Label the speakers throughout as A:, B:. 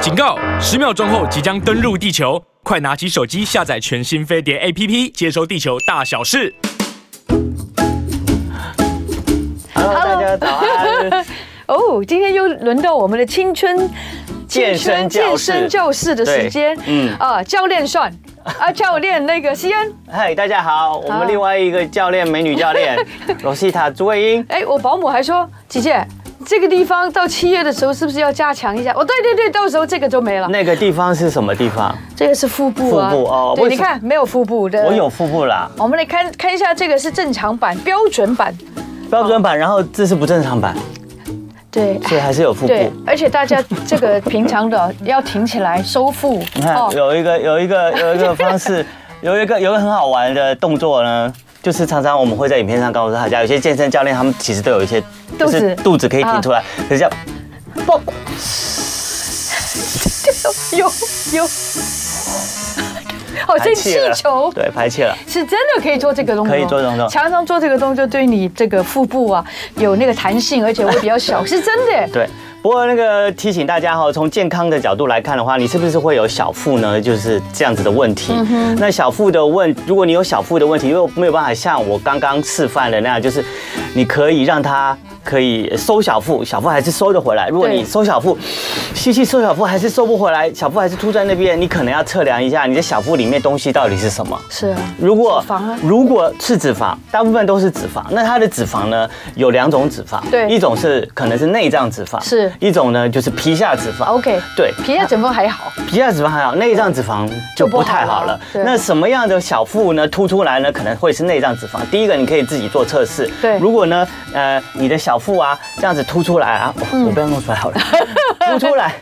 A: 警告！十秒钟后即将登陆地球，快拿起手机下载全新飞碟 APP，接收地球大小事。
B: Hello，大家早安！
C: 哦，今天又轮到我们的青春
B: 健身教
C: 健
B: 室
C: 身教室的时间
B: 对，嗯
C: 啊，教练算啊，教练那个西安，
B: 嗨，大家好，我们另外一个教练，美女教练罗西塔朱慧英。
C: 哎，我保姆还说，姐姐，这个地方到七月的时候是不是要加强一下？哦，对对对，到时候这个就没了，
B: 那个地方是什么地方？
C: 这个是腹部啊，
B: 腹部哦
C: 对，
B: 为
C: 你
B: 什么
C: 看没有腹部的，
B: 我有。腹部啦，
C: 我们来看看一下，这个是正常版、标准版，
B: 标准版，然后这是不正常版，
C: 对。
B: 所以还是有腹
C: 对
B: 部。，
C: 而且大家这个平常的要挺起来收腹哦
B: 你看，有一个有一个有一个方式，有一个有一个很好玩的动作呢。就是常常我们会在影片上告诉大家，有些健身教练他们其实都有一些
C: 肚子
B: 就是肚子可以挺出来，可是这样
C: 不，有有，好像
B: 排气
C: 气
B: 了，
C: 球。
B: 对，排气了。
C: 是真的可以做这个动作，
B: 可以做这种动作
C: 常常做这个动作，对你这个腹部啊有那个弹性，而且会比较 小，是真的。
B: 对，不过那个提醒大家哈，从健康的角度来看的话，你是不是会有小腹呢？就是这样子的问题。那小腹的问，如果你有小腹的问题，又没有办法像我刚刚示范的那样，就是你可以让它可以收小腹，小腹还是收得回来。如果
C: 对
B: 你收小腹，吸气收小腹还是收不回来，小腹还是凸在那边，你可能要测量一下你的小腹里面东西到底是什么。
C: 是啊，
B: 如果
C: 脂肪啊
B: 如果是脂肪，大部分都是脂肪。那它的脂肪呢，有两种脂肪，
C: 对
B: 一种是可能是内脏脂肪，
C: 是哦
B: 一种呢就是皮下脂肪。
C: OK
B: 对，
C: 皮下脂肪还好，
B: 皮下脂肪还好，内脏脂肪就不太好了。
C: 就不好了对
B: 那什么样的小腹呢凸出来呢？可能会是内脏脂肪。第一个，你可以自己做测试。
C: 对
B: 如果呢，呃，你的小腹啊这样子凸出来啊，我
C: 嗯
B: 我不要弄出来好了，凸出 来，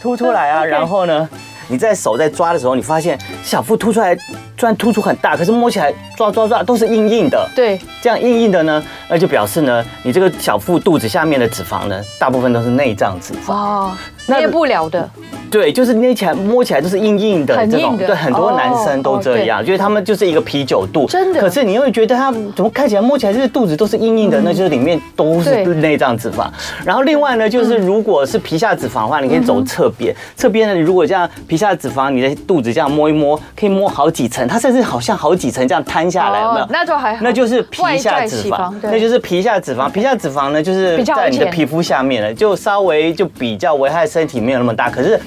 B: 凸出来啊，然后呢？你在手在抓的时候，你发现小腹凸出来，虽然凸出很大，可是摸起来抓抓抓都是硬硬的。
C: 对，
B: 这样硬硬的呢，那就表示呢，你这个小腹肚子下面的脂肪呢，大部分都是内脏脂肪。
C: 哇，
B: 哦那
C: 捏不了的，
B: 对，就是捏起来摸起来就是硬硬的
C: 很
B: 这种，
C: 硬的哦
B: 对，很多男生都这样，就是他们就是一个啤酒肚，
C: 真的
B: 可是你又觉得他怎么看起来摸起来就是肚子都是硬硬的，那就是里面都是
C: 嗯对
B: 内脏脂肪。然后另外呢，就是如果是皮下脂肪的话，你可以走侧
C: 嗯
B: 边，侧边呢，你如果这样皮下脂肪，你的肚子这样摸一摸，可以摸好几层，它甚至好像好几层这样摊下来，有没有
C: 哦？那就还好
B: 那就是皮下脂
C: 外
B: 肪
C: 在脂肪，对
B: 那就是皮下脂肪。皮下脂肪呢，就是
C: 比较
B: 在你的
C: 浅
B: 皮肤下面了，就稍微就比较危害身体没有那么大，可是。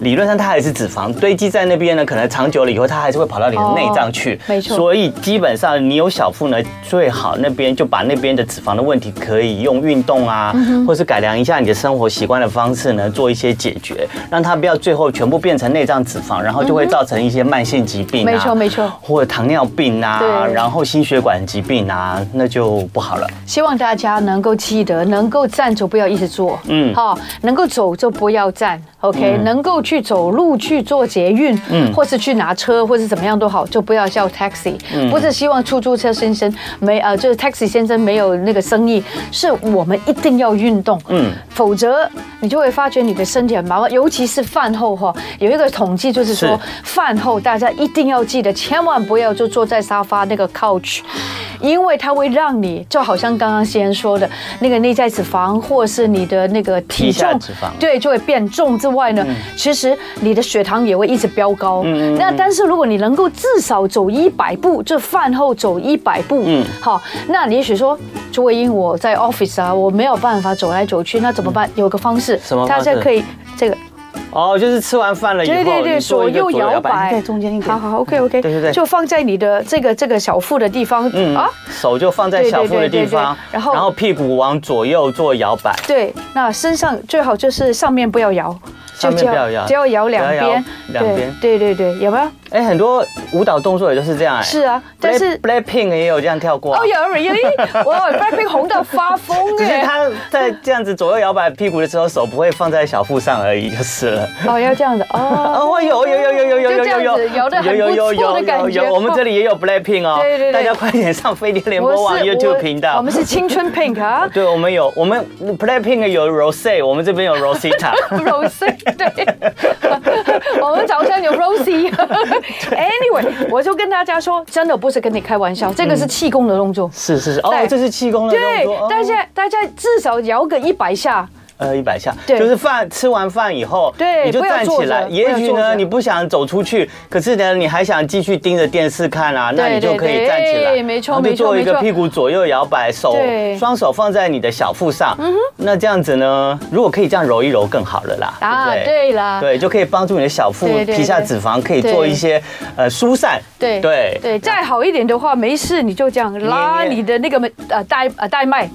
B: 理论上它还是脂肪堆积在那边呢，可能长久了以后，它还是会跑到你的内脏去。
C: 哦没错
B: 所以基本上你有小腹呢，最好那边就把那边的脂肪的问题，可以用运动啊，
C: 嗯
B: 或是改良一下你的生活习惯的方式呢，做一些解决，让它不要最后全部变成内脏脂肪，然后就会造成一些慢性疾病啊，
C: 嗯没错没错
B: 或者糖尿病啊，
C: 对
B: 然后心血管疾病啊，那就不好了。
C: 希望大家能够记得，能够站就不要一直坐，
B: 嗯
C: 嗯，好，能够走就不要站，OK，、能够去走路去做捷运，嗯，或是去拿车或是怎么样都好，就不要叫 taxi，、不是希望出租车先生没呃，就是 taxi 先生没有那个生意，是我们一定要运动，嗯，否则你就会发觉你的身体很麻烦，尤其是饭后哈，有一个统计就是说
B: 是
C: 饭后大家一定要记得，千万不要就坐在沙发那个 couch，因为它会让你就好像刚刚先说的那个内在脂肪，或是你的那个体
B: 皮下
C: 重
B: 脂肪嗯
C: 对，就会变重之外呢，其实你的血糖也会一直飙高。那但是如果你能够至少走一百步，就饭后走一百步，
B: 嗯
C: 好，那你也许说朱慧英，我在 office 啊，我没有办法走来走去，那怎么办？有个方式，
B: 嗯什么方
C: 大
B: 式
C: 家可以这个。
B: 哦，就是吃完饭了以后，
C: 对对对，
B: 你做
C: 左
B: 一个
C: 右摇摆，
B: 在中间一点，
C: 好好，OK OK，
B: 对对对
C: 就放在你的这个这个小腹的地方
B: 嗯
C: 啊。
B: 手就放在小腹的地方，
C: 对对对对对然后
B: 屁股往左右做摇摆，
C: 对，那身上最好就是上面不要摇，
B: 上面
C: 只
B: 不要摇
C: 只要摇两
B: 不要摇
C: 边，
B: 两
C: 对
B: 边
C: 对对对，有没有？
B: 哎，很多舞蹈动作也都是这样哎。
C: 是啊，但是
B: Black Pink 也有这样跳过啊。
C: 哦，有有有，哇，Blackpink 红到发疯
B: 只是
C: 哎！
B: 他在这样子左右摇摆屁股的时候，手不会放在小腹上而已，就是了。
C: 哦，要这样子哦。
B: 哦，有有有有有有有
C: 就
B: 有
C: 这样
B: 有
C: 子摇得很不错的感觉。
B: 我们这里也有 Black Pink 哦，
C: 对对对
B: 大家快点上飞碟联
C: 我
B: 播网
C: 是
B: YouTube
C: 我
B: 频道。
C: 我们是青春 Pink 啊
B: 对，我们有我们 Blackpink 有 Rose，我们这边有 Rosita。
C: ，Rosie 对， 我们早上有 Rosie。Anyway，我就跟大家说，真的不是跟你开玩笑，这个是气功的动作。
B: 是是是，哦，
C: 对
B: 嗯这是气功的动
C: 对
B: 作。哦，
C: 大家大家至少摇个一百下。
B: 呃一百下，
C: 对
B: 就是饭吃完饭以后，
C: 对
B: 你就
C: 不要
B: 站
C: 坐
B: 起来。
C: 着
B: 也许
C: 不要坐
B: 呢，
C: 着
B: 你不想走出去，可是呢，你还想继续盯着电视看啊，那
C: 对
B: 你就
C: 对
B: 可以
C: 对
B: 站起来，
C: 哎没
B: 然
C: 错
B: 后就
C: 没错
B: 做一个
C: 没错
B: 屁股左右摇摆，手
C: 对嗯
B: 双手放在你的小腹上，那这样子呢，如果可以这样揉一揉更好了啦，
C: 啊，
B: 对不对？
C: 对啦，
B: 对，就可以帮助你的小腹
C: 对对
B: 皮下
C: 对
B: 脂肪可以
C: 对
B: 做一些呃疏散。
C: 对
B: 对
C: 对，再好一点的话，没事你就这样拉
B: 捏
C: 你的那个呃带呃带脉。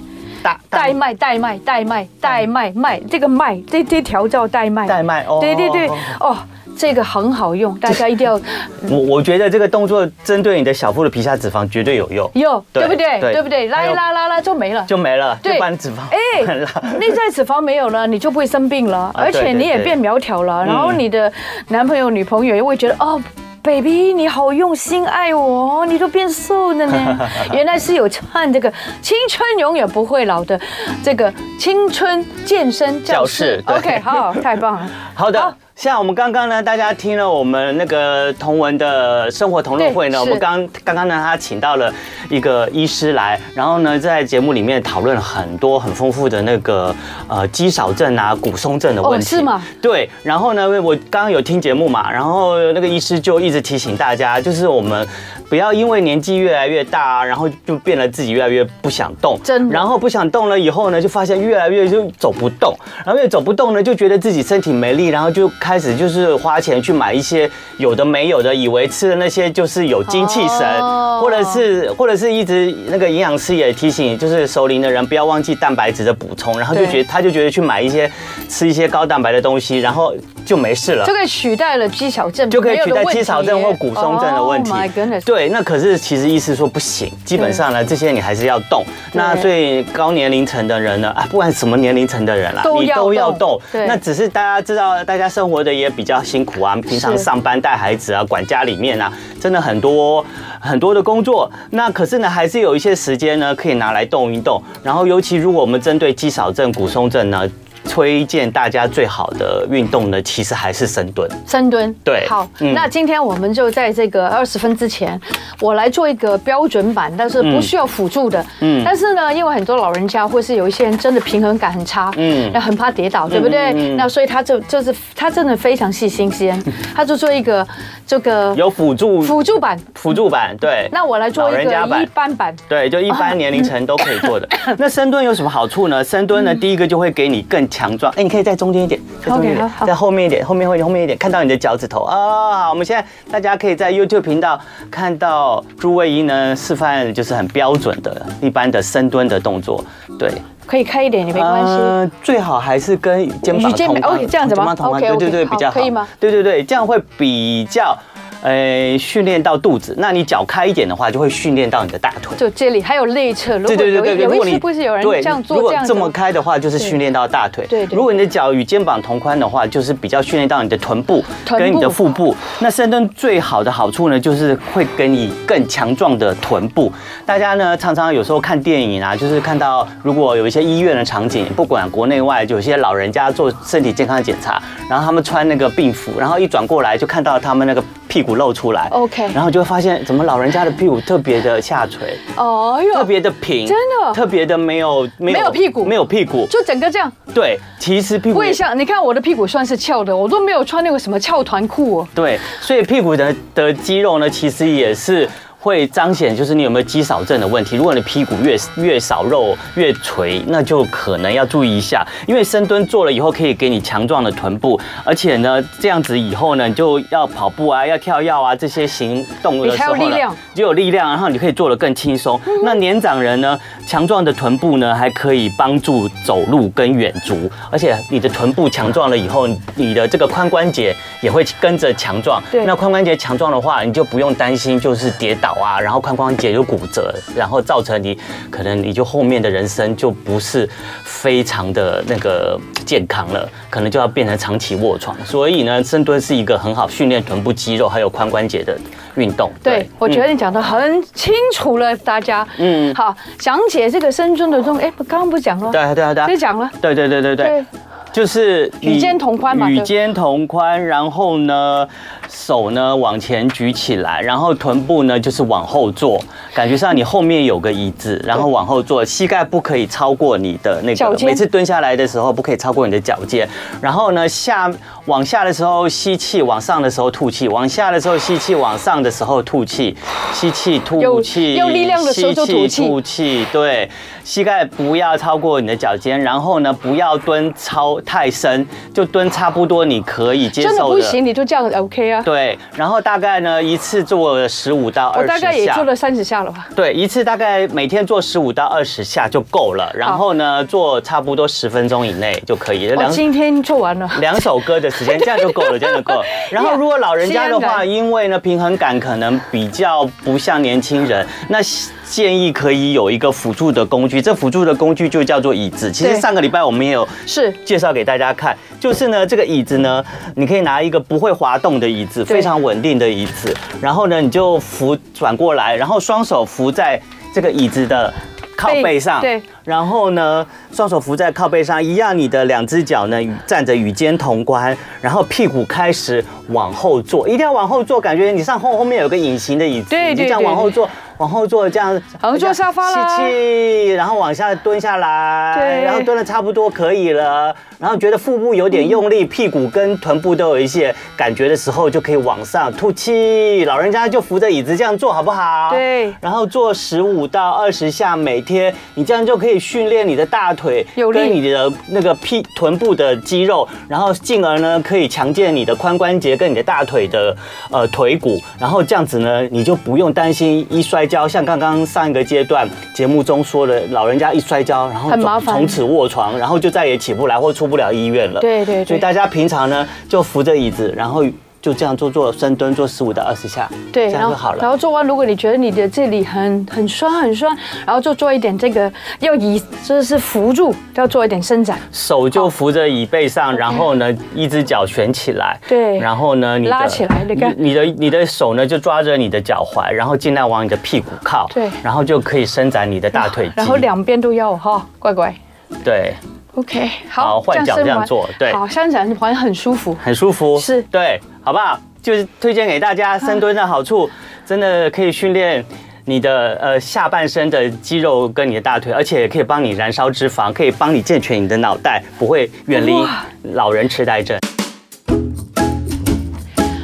B: 大
C: 带脉，带脉，带脉，带脉，脉这个脉，这这条叫带脉。
B: 带脉哦
C: 哎对对对，哦，这个很好用，大家 一定要
B: 我我觉得这个动作针对你的小腹的皮下脂肪绝对有用，
C: 用，对不对？
B: 对
C: 对不对？拉
B: 还有
C: 一拉拉拉就没了。
B: 就没了，就
C: 对
B: 把你脂肪
C: 哎
B: 很辣。
C: 内在脂肪没有了，你就不会生病了，
B: 啊对
C: 而且你
B: 对嗯
C: 也
B: 对
C: 变苗条了，然后你的男朋友、女朋友也会觉得哦。baby，你好用心爱我哦，你都变瘦了呢。 原来是有看这个《青春永远不会老》的这个青春健身教室。
B: 教室对
C: OK，好，太棒 了。
B: 好
C: 好
B: 的，像我们刚刚呢，大家听了我们那个同文的生活同乐会呢，
C: 对
B: 我
C: 是
B: 们刚刚刚呢，他请到了一个医师来，然后呢，在节目里面讨论了很多很丰富的那个呃肌少症啊、骨松症的问题。
C: 哦是吗？
B: 对，然后呢，我刚刚有听节目嘛，然后那个医师就一直提醒大家，就是我们不要因为年纪越来越大啊，然后就变得自己越来越不想动，
C: 真的
B: 然后不想动了以后呢，就发现越来越就走不动，然后越走不动呢，就觉得自己身体没力，然后就开始就是花钱去买一些有的没有的，以为吃的那些就是有精气神，
C: 哦
B: 或者是或者是一直那个营养师也提醒，就是熟龄的人不要忘记蛋白质的补充，然后就
C: 对
B: 觉得他就觉得去买一些吃一些高蛋白的东西，然后就没事了
C: 就。可以取代了肌少症，
B: 就可以取
C: 没
B: 代
C: 有的问题
B: 肌少症或骨松症的问题
C: Oh my goodness。
B: 对，那可是其实医师说不行，基本上呢，这些你还是要动。那最高年龄层的人呢，啊，不管什么年龄层的人啦，
C: 都
B: 你
C: 要
B: 都要
C: 动
B: 动。
C: 对
B: 那只是大家知道，大家生活的也比较辛苦啊，平常
C: 是
B: 上班带孩子啊，管家里面啊，真的很多很多的工作。那可是呢，还是有一些时间呢，可以拿来动一动。然后，尤其如果我们针对肌少症、骨松症呢。推荐大家最好的运动呢，其实还是深蹲。
C: 深蹲，
B: 对
C: 好，
B: 嗯
C: 那今天我们就在这个二十分之前，我来做一个标准版，但
B: 嗯
C: 是不需要辅助的，嗯，但是呢，因为很多老人家或是有一些人真的平衡感很差，
B: 嗯
C: 嗯，那很怕跌倒，对不对？那所以他就就是他真的非常细心先， 他就做一个这个
B: 有辅助
C: 辅助版，
B: 辅助版，对。
C: 嗯那我来哦做
B: 老
C: 一
B: 人家
C: 个
B: 版
C: 一般版，
B: 对，就一般年龄层都可以做 的。
C: 嗯
B: 那深蹲有什么好处呢？深蹲呢，第一个就会给你更强壮。哎，你可以在中间一点，在中间一
C: OK，
B: 点
C: 好，好
B: 在后面一点，后面会后面一点，看到你的脚趾头啊。好，我们现在大家可以在 YouTube 频道看到朱卫一呢示范，就是很标准的一般的深蹲的动作。对，
C: 可以开一点也没关系。
B: 嗯，最好还是跟肩膀
C: 与肩
B: 同
C: 膀哦
B: 宽
C: OK，这样子吗
B: 肩膀同宽
C: OK，OK，
B: 对对对，
C: 好
B: 比较好，
C: 可以吗？
B: 对对对，这样会比较，呃，训练到肚子。那你脚开一点的话，就会训练到你的大腿。
C: 就这里还有内侧，如果有一有一次不是有人
B: 对
C: 这样做
B: 如
C: 这
B: 果
C: 样子
B: 这么开的话，就是训练到大腿。
C: 对对对
B: 如果你的脚与肩膀同宽的话，就是比较训练到你的臀部
C: 臀部
B: 跟你的腹部。那深蹲最好的好处呢，就是会给你更强壮的臀部。大家呢常常有时候看电影啊，就是看到如果有一些医院的场景，不管国内外，就有些老人家做身体健康检查，然后他们穿那个病服，然后一转过来就看到他们那个屁股露出来。
C: OK
B: 然后就会发现怎么老人家的屁股特别的下垂。
C: 哦哟，
B: 特别的平，
C: 真的
B: 特别的没有没
C: 没有屁股
B: 没有屁股。
C: 就整个这样。
B: 对，其实屁股
C: 不一下，你看我的屁股算是翘的，我都没有穿那个什么翘臀裤哦。
B: 对，所以屁股的的肌肉呢，其实也是。会彰显就是你有没有肌少症的问题。如果你屁股越越少肉越垂，那就可能要注意一下，因为深蹲做了以后可以给你强壮的臀部，而且呢，这样子以后呢，你就要跑步啊，要跳跃啊这些行动的
C: 你
B: 时
C: 才有
B: 候呢
C: 力量
B: 就有力量，然后你可以做得更轻松。
C: 嗯
B: 那年长人呢，强壮的臀部呢，还可以帮助走路跟远足，而且你的臀部强壮了以后，你的这个髋关节也会跟着强壮。
C: 对
B: 那髋关节强壮的话，你就不用担心就是跌倒啊，然后髋关节就骨折，然后造成你可能你就后面的人生就不是非常的那个健康了，可能就要变成长期卧床。所以呢，深蹲是一个很好训练臀部肌肉还有髋关节的运动。
C: 对，我觉得你讲的很清楚了，大家。
B: 嗯
C: 嗯，好，讲解这个深蹲的动，哎，不刚刚不讲了，
B: 对啊，对啊，对啊
C: 就，讲了。
B: 对对对对对
C: 对。
B: 就是
C: 与肩同宽嘛对
B: 与肩同宽，然后呢，手呢往前举起来，然后臀部呢就是往后坐，感觉上你后面有个椅子，然后往后坐，膝盖不可以超过你的那
C: 脚
B: 个，
C: 尖
B: 每次蹲下来的时候不可以超过你的脚尖，然后呢下往下的时候吸气，往上的时候吐气，往下的时候吸气，往上的时候吐气，吸气
C: 有
B: 吐气，
C: 有力量的时候就吐气
B: 吸吐气，对，膝盖不要超过你的脚尖，然后呢，不要蹲超太深，就蹲差不多你可以接
C: 真的
B: 受
C: 不
B: 的。
C: 行，你就这样 OK 啊？
B: 对，然后大概呢，一次做十五到二
C: 我
B: 十下。
C: 大概也做了三十下了吧。
B: 对，一次大概每天做十五到二十下就够了，然后呢，做差不多十分钟以内就可以。
C: 我
B: 两
C: 今天做完了。
B: 两首歌的时间，这样就够了，这样就够了。然后如果老人家的
C: 西安
B: 话，
C: 人
B: 因为呢平衡感可能比较不像年轻人，那建议可以有一个辅助的工具，这辅助的工具就叫做椅子。其实
C: 对
B: 上个礼拜我们也有
C: 是
B: 介绍给大家看，就是呢这个椅子呢，你可以拿一个不会滑动的椅子，
C: 对
B: 非常稳定的椅子，然后呢你就扶转过来，然后双手扶在这个椅子的。靠
C: 背
B: 背上，
C: 对，
B: 然后呢，双手扶在靠背上，一样，你的两只脚呢与站着与肩同宽，然后屁股开始往后坐，一定要往后坐，感觉你上后后面有个隐形的椅子，
C: 对
B: 你就
C: 对
B: 这样
C: 对
B: 往后坐，往后坐这样，
C: 好像坐沙发啦
B: 吸气，然后往下蹲下来，
C: 对
B: 然后蹲的差不多可以了，然后觉得腹部有点用力，屁股跟臀部都有一些感觉的时候，就可以往上吐气，老人家就扶着椅子这样做好不好？
C: 对
B: 然后做十五到二十下每天，你这样就可以训练你的大腿
C: 有力
B: 跟你的那个屁臀部的肌肉，然后进而呢可以强健你的髋关节跟你的大腿的呃腿骨，然后这样子呢你就不用担心一摔跤，像刚刚上一个阶段节目中说的，老人家一摔跤，然后
C: 很
B: 从
C: 麻烦
B: 从此卧床，然后就再也起不来或出不了医院了。
C: 对对
B: 所以
C: 对
B: 大家平常呢就扶着椅子，然后就这样做做深蹲，做十五到二十下，
C: 对，
B: 这样就好了
C: 然。后做完，如果你觉得你的这里很很酸很酸，然后就做一点这个，要以就是扶住，要做一点伸展，
B: 手就扶着椅背上，然后呢，一只脚悬起来，
C: 对
B: 然后呢，你的
C: 拉起来那个
B: 你你的你的手呢就抓着你的脚踝，然后尽量往你的屁股靠，
C: 对
B: 然后就可以伸展你的大腿肌，
C: 然后两边都要哈，乖乖。
B: 对，
C: OK，
B: 好
C: 好，
B: 换脚
C: 伸
B: 这样
C: 完
B: 做对
C: 好，伸展环很舒服。
B: 很舒服，
C: 是啊
B: 对，好不好？就是推荐给大家深蹲的好处，真的可以训练。你的呃下半身的肌肉跟你的大腿，而且也可以帮你燃烧脂肪，可以帮你健全你的脑袋，不会远离
C: 哇
B: 老人痴呆症。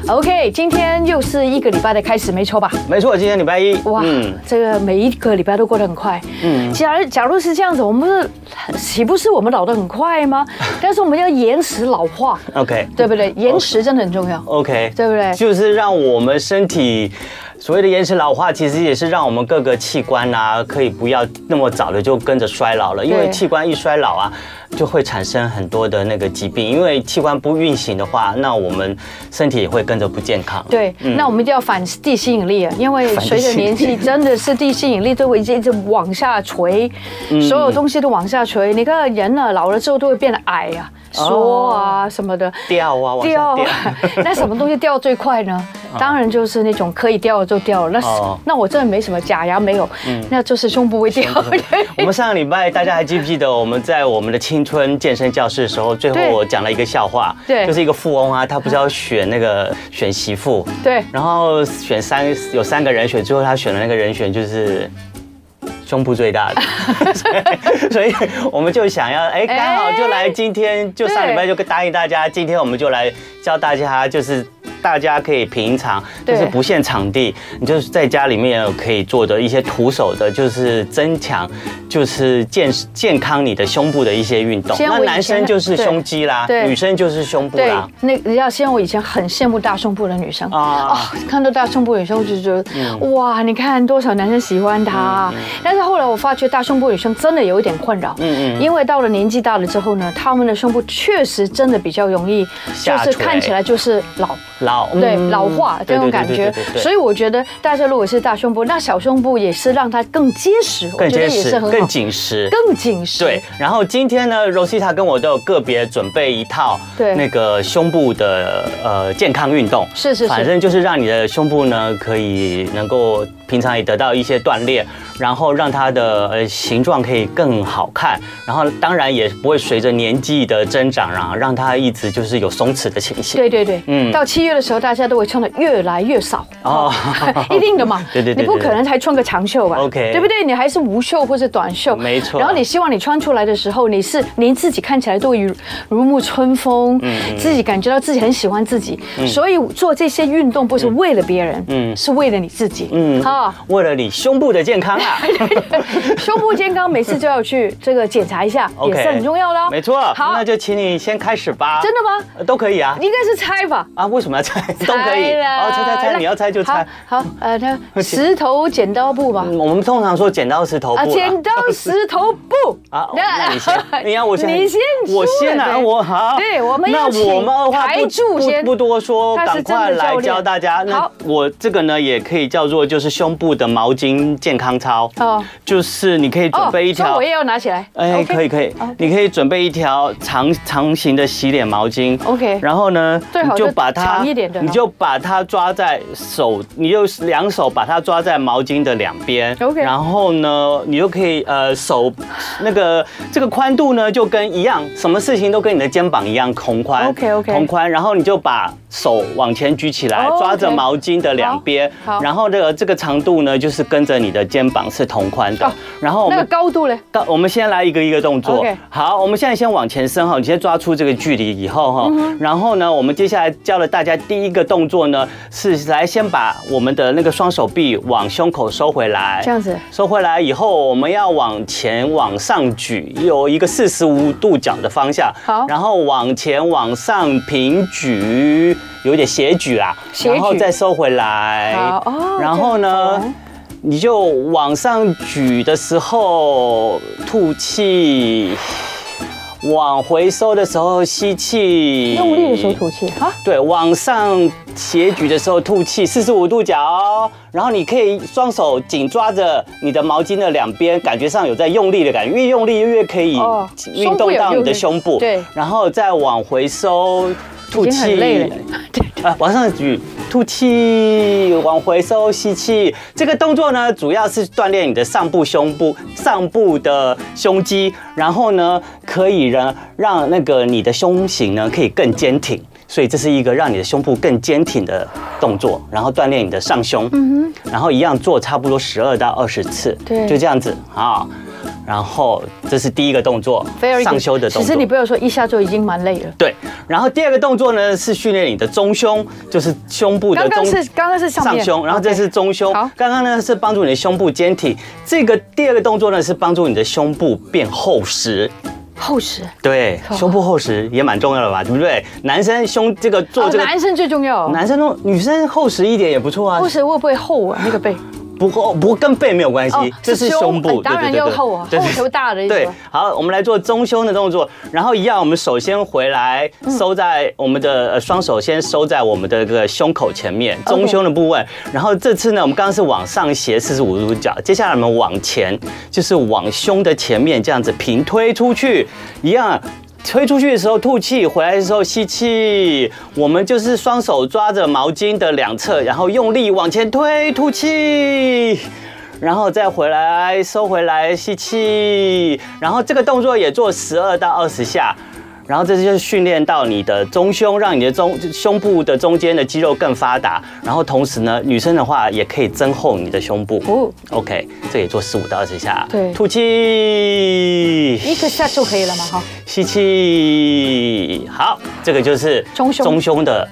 C: OK，今天又是一个礼拜的开始，没错吧？
B: 没错，今天礼拜一，嗯
C: 哇，这个每一个礼拜都过得很快。嗯，假如假如是这样子，我们不是岂不是我们老得很快吗？但是我们要延迟老化，
B: ，OK，
C: 对不对？延迟真的很重要，
B: OK，
C: 对不对
B: 就是让我们身体所谓的延迟老化，其实也是让我们各个器官啊，可以不要那么早的就跟着衰老了，因为
C: 对
B: 器官一衰老啊，就会产生很多的那个疾病，因为器官不运行的话，那我们身体也会跟着不健康。
C: 对，那我们一定要反地吸引力啊，因为随着年纪，真的是地吸引力都会一直一直往下垂，所有东西都往下垂。你看人呢、老了之后都会变得矮啊、缩啊什么的。
B: 掉啊，往下
C: 掉
B: 掉。
C: 啊， 那什么东西掉最快呢？当然就是那种可以掉的就掉了。那
B: 哦
C: 是那我真的没什么假牙没有，那就是嗯胸部会掉。
B: 我们上个礼拜大家还记不记得我们在我们的青春健身教室的时候，最后
C: 对
B: 我讲了一个笑话，
C: 对
B: 就是一个富翁啊，他不是要选那个选媳妇，
C: 对
B: 然后选三有三个人选，最后他选的那个人选就是。胸部最大 的，所以所以我们就想要，哎，刚好就来今天，就上礼拜就答应大家，今天我们就来教大家，就是大家可以平常，就
C: 对
B: 是不限场地，你就是在家里面可以做的一些徒手的，就是增强，就是健健康你的胸部的一些运动。
C: 先
B: 那
C: 我以
B: 男生
C: 前
B: 就是
C: 对
B: 胸肌啦，
C: 对
B: 女生就是胸部
C: 对
B: 啦。，
C: 那你要先我以前很羡慕大胸部的女生
B: 啊
C: 啊、嗯哦，看到大胸部女生我就觉得、哇，你看多少男生喜欢她、啊但是后来我发觉大胸部女生真的有一点困扰，
B: 嗯
C: 嗯嗯嗯，因为到了年纪大了之后呢，她们的胸部确实真的比较容易，就
B: 下垂
C: 是看起来就是老。
B: 老
C: 对
B: 嗯
C: 老化这种
B: 对对对
C: 感
B: 对
C: 觉
B: 对对，对
C: 所以我觉得大家如果是大胸部，那小胸部也是让它更结实，我
B: 更
C: 觉得
B: 结
C: 也
B: 实
C: 是、很好
B: 更，紧实。
C: 更紧实。
B: 对，然后今天呢，Rosita 跟我都有个别准备一套
C: 对
B: 那个胸部的呃健康运动，
C: 是是是
B: 反正就是让你的胸部呢可以能够平常也得到一些锻炼，然后让它的呃形状可以更好看，然后当然也不会随着年纪的增长啊，让它一直就是有松弛的情形。
C: 对对对，
B: 嗯
C: 到七月的时候，大家都会穿的越来越少
B: 哦
C: 哦， 一定的嘛。
B: 对对对对
C: 你不可能还穿个长袖吧
B: OK
C: 对不对？你还是无袖或者短袖，
B: 没错
C: 然后你希望你穿出来的时候，你是连自己看起来都如如沐春风，
B: 嗯
C: 自己感觉到自己很喜欢自己，所以做这些运动不是为了别人，
B: 嗯
C: 是为了你自己，
B: 嗯
C: 啊。
B: 为了你胸部的健康啊，
C: 胸部健康每次就要去这个检查一下
B: OK
C: 也是很重要的哦。
B: 没错，
C: 好
B: 那，就请你先开始吧。
C: 真的吗？
B: 呃？都可以啊。
C: 应该是猜吧。
B: 啊，为什么要猜？都可以。
C: 啦
B: 哦，猜猜猜，
C: 来
B: 你要猜就猜。
C: 好，好 呃，那石头剪刀布吧。
B: 嗯，我们通常说剪刀石头布
C: 啊，
B: 啦。
C: 剪刀石头布
B: 啊，那你 先，你要我先，
C: 你先输了，
B: 我先啊，
C: 对
B: 我好。
C: 对，我们
B: 那
C: 要请
B: 我们二话
C: 台
B: 不
C: 柱先
B: 不不多说，
C: 他是
B: 赶
C: 真的
B: 快来
C: 教练
B: 教大家。那
C: 好
B: 我这个呢，也可以叫做就是胸部的毛巾健康操，
C: 哦
B: 就是你可以准备一
C: 哦所以
B: 条
C: 我。也要拿起来。
B: 哎，
C: OK
B: 可以可以
C: OK，
B: 你可以准备一条长长型的洗脸毛巾
C: OK
B: 然后呢，
C: 最好
B: 你就
C: 就
B: 把它
C: 长一点的
B: 你就把它抓在手，你就两手把它抓在毛巾的两边
C: OK
B: 然后呢，你就可以呃手那个这个宽度呢就跟一样，什么事情都跟你的肩膀一样同宽
C: OK，OK
B: 同宽，然后你就把手往前举起来
C: 哦
B: 抓着
C: OK
B: 毛巾的两边
C: 好好
B: 然后这个这个长度呢就是跟着你的肩膀是同宽的
C: 哦
B: 然后我
C: 那个
B: 们
C: 高度嘞？
B: 高，我们先来一个一个动作
C: OK。
B: 好，我们现在先往前伸哈，你先抓出这个距离以后哈，然后呢，我们接下来教了大家第一个动作呢，是来先把我们的那个双手臂往胸口收回来，
C: 这样子
B: 收回来以后，我们要往前往上举，有一个四十五度角的方向。
C: 好
B: 然后往前往上平举，有点斜举啦，
C: 斜举
B: 然后再收回来。
C: 好哦
B: 然后
C: 这样好
B: 呢
C: 玩？
B: 你就往上举的时候吐气，往回收的时候吸气，
C: 用力的时候吐气啊，
B: 对，往上斜举的时候吐气，四十五度角，哦然后你可以双手紧抓着你的毛巾的两边，感觉上有在用力的感觉，越用力越可以
C: 哦
B: 运动到你的
C: 胸
B: 胸
C: 部有用力
B: 部，
C: 对
B: 然后再往回收，吐
C: 已经很累
B: 气
C: 了，。
B: 啊，往上举，吐气，往回收，吸气。这个动作呢，主要是锻炼你的上部胸部、上部的胸肌，然后呢，可以呢让那个你的胸型呢可以更坚挺。所以这是一个让你的胸部更坚挺的动作，然后锻炼你的上胸，嗯然后一样做差不多十二到二十次，
C: 对
B: 就这样子啊。然后这是第一个动作
C: Very，good
B: 上修的动作。
C: 其实你不要说一下就已经蛮累了。
B: 对，然后第二个动作呢是训练你的中胸，就是胸部的
C: 刚
B: 中
C: 刚是刚刚是上
B: 上
C: 面
B: 胸，然后这
C: OK
B: 是中胸
C: 好。
B: 刚刚呢是帮助你的胸部坚挺，这个第二个动作呢是帮助你的胸部变厚实。
C: 厚实，
B: 对，
C: 哦
B: 胸部厚实也蛮重要的吧，对不对？男生胸这个做
C: 哦
B: 这个，
C: 男生最重要哦，
B: 男生都女生厚实一点也不错啊
C: 厚，实会不会厚啊？那个背。
B: 不过不过跟背没有关系
C: 哦，
B: 这是
C: 是胸
B: 胸
C: 哎
B: 部，
C: 当然
B: 对对对
C: 要
B: 对
C: 厚啊
B: 对对
C: 厚头大的意思
B: 对
C: 吧，
B: 好，我们来做中胸的动作，然后一样，我们首先回来收在我们的呃双手先收在我们的这个胸口前面，
C: OK
B: 中胸的部位。然后这次呢，我们刚刚是往上斜四十五度角，接下来我们往前，就是往胸的前面这样子平推出去，一样。推出去的时候吐气，回来的时候吸气。我们就是双手抓着毛巾的两侧，然后用力往前推，吐气。然后再回来收回来吸气，然后这个动作也做十二到二十下。然后这就是训练到你的中胸，让你的中胸部的中间的肌肉更发达。然后同时呢，女生的话也可以增厚你的胸部。
C: 哦
B: OK，这也做十五到二十下。
C: 对
B: 吐气，
C: 一个下就可以了嘛，哈。
B: 吸气，好，这个就是
C: 中胸
B: 中胸的。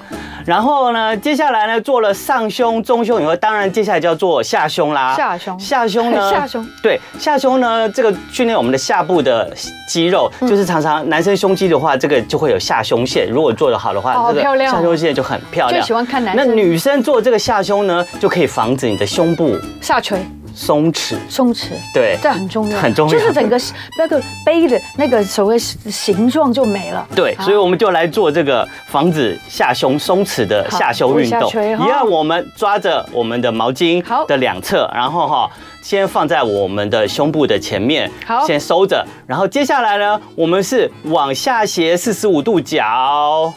B: 然后呢，接下来呢，做了上胸、中胸以后，当然接下来就要做下胸啦。
C: 下胸
B: 下胸 呢？
C: 下胸，
B: 对，下胸呢，这个训练我们的下部的肌肉，
C: 嗯
B: 就是常常男生胸肌的话，这个就会有下胸线。如果做得好的
C: 哦
B: 话，这
C: 漂
B: 个
C: 亮哦
B: 下胸线就很漂亮。
C: 最喜欢看男生
B: 那女生做这个下胸呢，就可以防止你的胸部
C: 下垂
B: 松弛。
C: 松弛。
B: 对，
C: 这很重要，
B: 很重要
C: 就是整个那个杯的那个所谓形状就没了。
B: 对，
C: 啊
B: 所以我们就来做这个防止下胸松弛的下胸运
C: 好往下
B: 动。
C: 垂哈
B: 一样，我们抓着我们的毛巾
C: 好
B: 的两侧，然后哈、先放在我们的胸部的前面，
C: 好
B: 先收着。然后接下来呢，我们是往下斜四十五度角。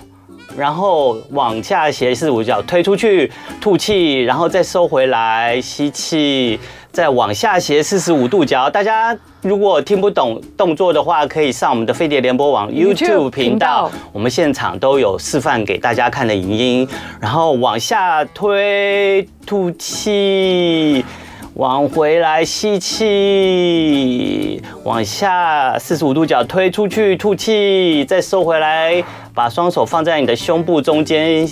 B: 然后往下斜四五角推出去，吐气，然后再收回来，吸气，再往下斜四十五度角。大家如果听不懂动作的话，可以上我们的飞碟联播网
C: YouTube
B: YouTube 频道
C: 频道，
B: 我们现场都有示范给大家看的影音。然后往下推，吐气。往回来吸气，往下四十五度角推出去吐气，再收回来，把双手放在你的胸部中间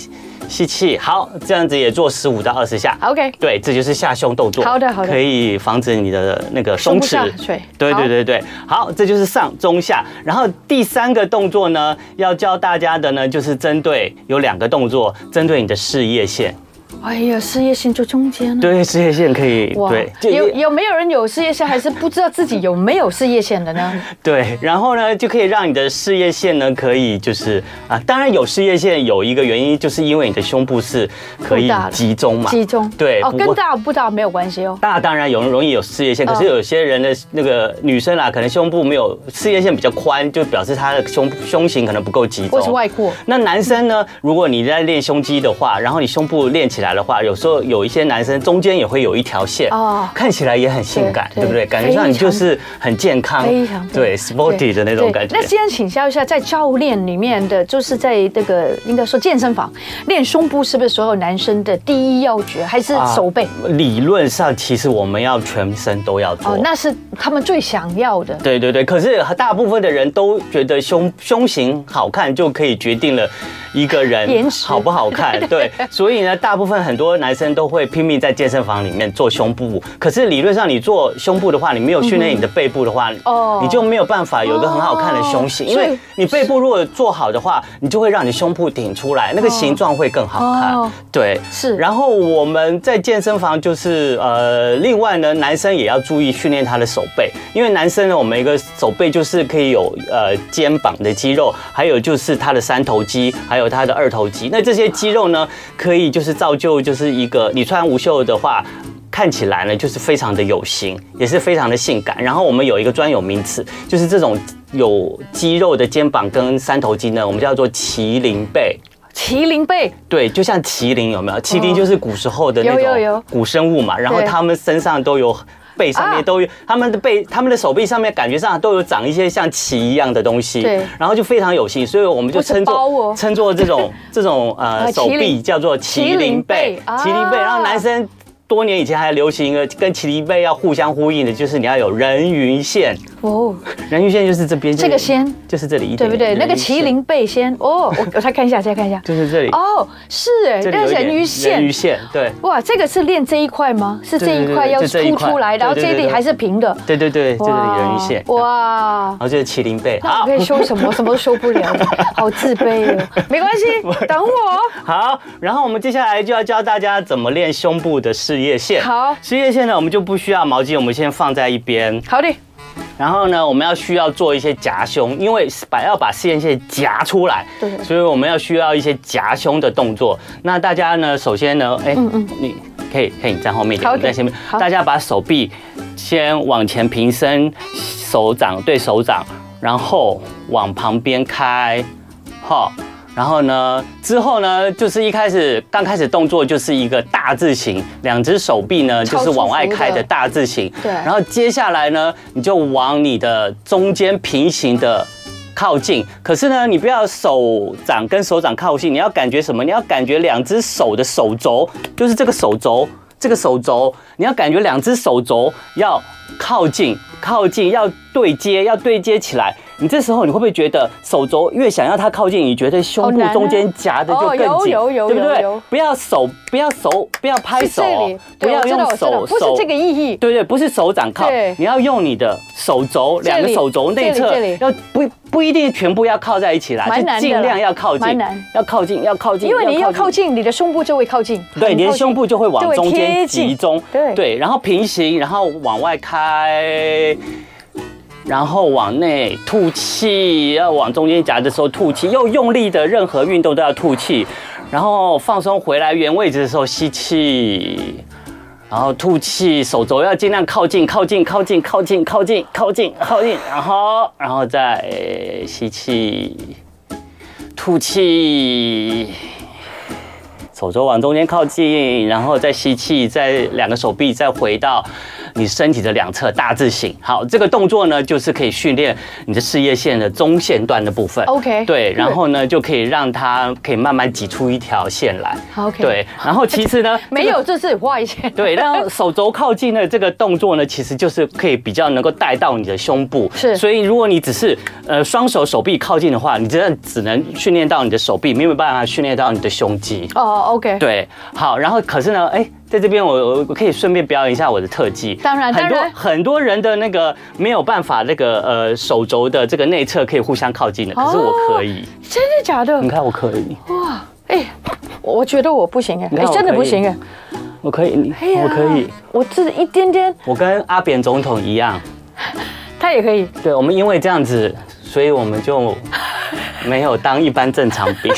B: 吸气。好，这样子也做十五到二十下。
C: OK，
B: 对，这就是下胸动作。
C: 好的好的
B: 可以防止你的那个松弛
C: 胸部下垂。
B: 对
C: 好
B: 对对对，好，这就是上中下。然后第三个动作呢，要教大家的呢，就是针对有两个动作，针对你的事业线。
C: 哎呀，事业线就中间了。
B: 对，事业线可以对，就
C: 有有没有人有事业线，还是不知道自己有没有事业线 的呢？
B: 对，然后呢，就可以让你的事业线呢，可以就是啊，当然有事业线有一个原因，就是因为你的胸部是可以
C: 不大了
B: 集中嘛，
C: 集中
B: 对，
C: 哦，
B: 不
C: 跟
B: 过
C: 大不大没有关系哦。
B: 大当然有容易有事业线，可是
C: 嗯
B: 有些人的那个女生啦，可能胸部没有事业线比较宽，就表示她的胸胸型可能不够集
C: 或是
B: 中。
C: 外扩，
B: 那男生呢？如果你在练胸肌的话，然后你胸部练起来的话，有时候有一些男生中间也会有一条线，
C: 哦
B: 看起来也很性感，
C: 对
B: 对不对？
C: 对
B: 感觉上你
C: 非常
B: 就是很健康，
C: 非常
B: 对 sporty 的那种
C: 对
B: 感觉。
C: 那先请教一下，在教练里面的，就是在那个应该说健身房练胸部，是不是所有男生的第一要诀，还是手背？
B: 啊理论上，其实我们要全身都要做。
C: 哦，那是他们最想要的。
B: 对对对，可是大部分的人都觉得胸胸型好看就可以决定了一个人
C: 颜值
B: 好不好 看。对，所以呢，大部分很多男生都会拼命在健身房里面做胸部。可是理论上，你做胸部的话，你没有训练你的背部的话，
C: 哦
B: 你就没有办法有一个很好看的胸型。
C: 哦
B: 因
C: 所
B: 为
C: 以
B: 你背部如果做好的话，你就会让你胸部挺出来，那个形状会更好
C: 哦
B: 看。对，
C: 是
B: 然后我们在健身房就是呃，另外呢，男生也要注意训练他的手背，因为男生呢，我们一个手背就是可以有呃肩膀的肌肉，还有就是他的三头肌，还有他的二头肌。那这些肌肉呢，可以就是造就就是一个你穿无袖的话。看起来呢，就是非常的有型，也是非常的性感。然后我们有一个专有名词，就是这种有肌肉的肩膀跟三头肌呢，我们叫做麒麟背。
C: 麒麟背，
B: 对，就像麒麟有没有？麒麟就是古时候的那
C: 哦有有
B: 种
C: 有
B: 古生物嘛，然后
C: 对
B: 它们身上都有。背上面
C: 啊
B: 都有，它们的背、它们的手臂上面感觉上都有长一些像鳍一样的东西，
C: 对
B: 然后就非常有型，所以我们就
C: 不是
B: 称
C: 包
B: 作
C: 哦
B: 称作这种这种
C: 啊
B: 呃手臂
C: 麒麟
B: 叫做麒
C: 麒
B: 麟
C: 麟
B: 背
C: 背，
B: 麒麟背。然后
C: 啊
B: 男生多年以前还流行一个跟麒麟背要互相呼应的，就是你要有人鱼线，
C: 哦，
B: 人鱼线就是这边
C: 这个
B: 就是
C: 先
B: 就是这里一点
C: 对不对？
B: 点
C: 那个
B: 人鱼线
C: 麒麟背先， 哦，我我再看一下，再看一下。
B: 就是这里，
C: 哦，是哎，
B: 这里
C: 那
B: 有一
C: 个
B: 点
C: 人鱼
B: 人鱼
C: 线。
B: 线对。
C: 哇，这个是练这一块吗？是这一
B: 对对
C: 块
B: 对
C: 要
B: 就这一
C: 凸
B: 块
C: 出来，然后
B: 对
C: 这
B: 对对
C: 里
B: 对
C: 还是平的。
B: 对对对，这是人鱼线。哇，
C: 哇
B: 然，后就是麒麟背。
C: 那我
B: 好
C: 可，以修什么？什么都修不了，好自卑哦。没关系，等我。
B: 好，然后我们接下来就要教大家怎么练胸部的事业线。
C: 好
B: 事业线呢，我们就不需要毛巾，我们先放在一边。
C: 好的，
B: 然后呢，我们要需要做一些夹胸，因为把要把事业线夹出来，
C: 对
B: 所以我们要需要一些夹胸的动作。那大家呢，首先呢，哎，你可以可以你在后面一点，
C: 嗯好
B: 我在前面，
C: 好
B: 大家把手臂先往前平伸，手掌对手掌，然后往旁边开，好。然后呢，之后呢，就是一开始刚开始动作就是一个大字形，两只手臂呢就
C: 超
B: 是
C: 出
B: 往外
C: 服的
B: 开的大字形，
C: 对
B: 然后接下来呢，你就往你的中间平行的靠近。可是呢，你不要手掌跟手掌靠近，你要感觉什么？你要感觉两只手的手肘，就是这个手肘，这个手肘，你要感觉两只手肘要靠近，靠近要对接，要对接起来。你这时候你会不会觉得手肘越想要它靠近，你觉得胸
C: 好
B: 部
C: 难啊
B: 中间夹的就
C: 哦
B: 更紧，
C: 有有有
B: 对不对
C: 有有？
B: 不要手，不要手，不要拍
C: 是
B: 手
C: 这
B: 哦
C: 里，。
B: 不
C: 对，
B: 要
C: 我知道，
B: 用
C: 我知道，
B: 手，
C: 不是
B: 手
C: 这个意义。
B: 对对，不是手掌靠
C: 对，
B: 你要用你的手肘，
C: 这里
B: 两个手肘内侧
C: 这里这
B: 要不不一定全部要靠在一起啦，
C: 蛮
B: 就
C: 难的啦
B: 尽量要靠
C: 蛮
B: 近
C: 难，
B: 要靠近，要靠近，
C: 因为你要靠近，你的胸部就会靠近，
B: 对，
C: 很
B: 你的
C: 靠近
B: 胸部就会往中
C: 就
B: 间
C: 会贴
B: 集
C: 近
B: 中，
C: 对
B: 然后平行，然后往外开，然后往内吐气，要往中间夹的时候吐气，又用力的任何运动都要吐气，然后放松回来原位置的时候吸气。然后吐气，手肘要尽量靠近，靠近，靠近，靠近，靠近，靠近，靠近，然后，然后再吸气，呃吐气，手肘往中间靠近，然后再吸气，再两个手臂再回到你身体的两侧大字形。好，这个动作呢，就是可以训练你的事业线的中线段的部分。
C: OK，
B: 对，然
C: good
B: 后呢，就可以让它可以慢慢挤出一条线来。
C: OK
B: 对，然后其次呢，
C: 没有，这是画一些。
B: 对，然后手肘靠近的这个动作呢，其实就是可以比较能够带到你的胸部。
C: 是
B: 所以如果你只是呃双手手臂靠近的话，你真的只能训练到你的手臂，没有办法训练到你的胸肌。
C: 哦，OK，
B: 对，好，然后可是呢，哎，在这边我我我可以顺便表演一下我的特技。
C: 当然
B: 很多
C: 当然
B: 很多人的那个没有办法，那个呃手肘的这个内侧可以互相靠近的，可是我可以，
C: 真的假的
B: 你？看我可以，
C: 哇，哎，我我觉得我不行哎，
B: 你
C: 哎
B: 看，我
C: 真的
B: 可以
C: 不行哎，
B: 我可以，你
C: 哎呀
B: 我可以，，
C: 我这一点点，
B: 我跟阿扁总统一样。
C: 他也可以。
B: 对，我们因为这样子，所以我们就没有当一般正常 兵，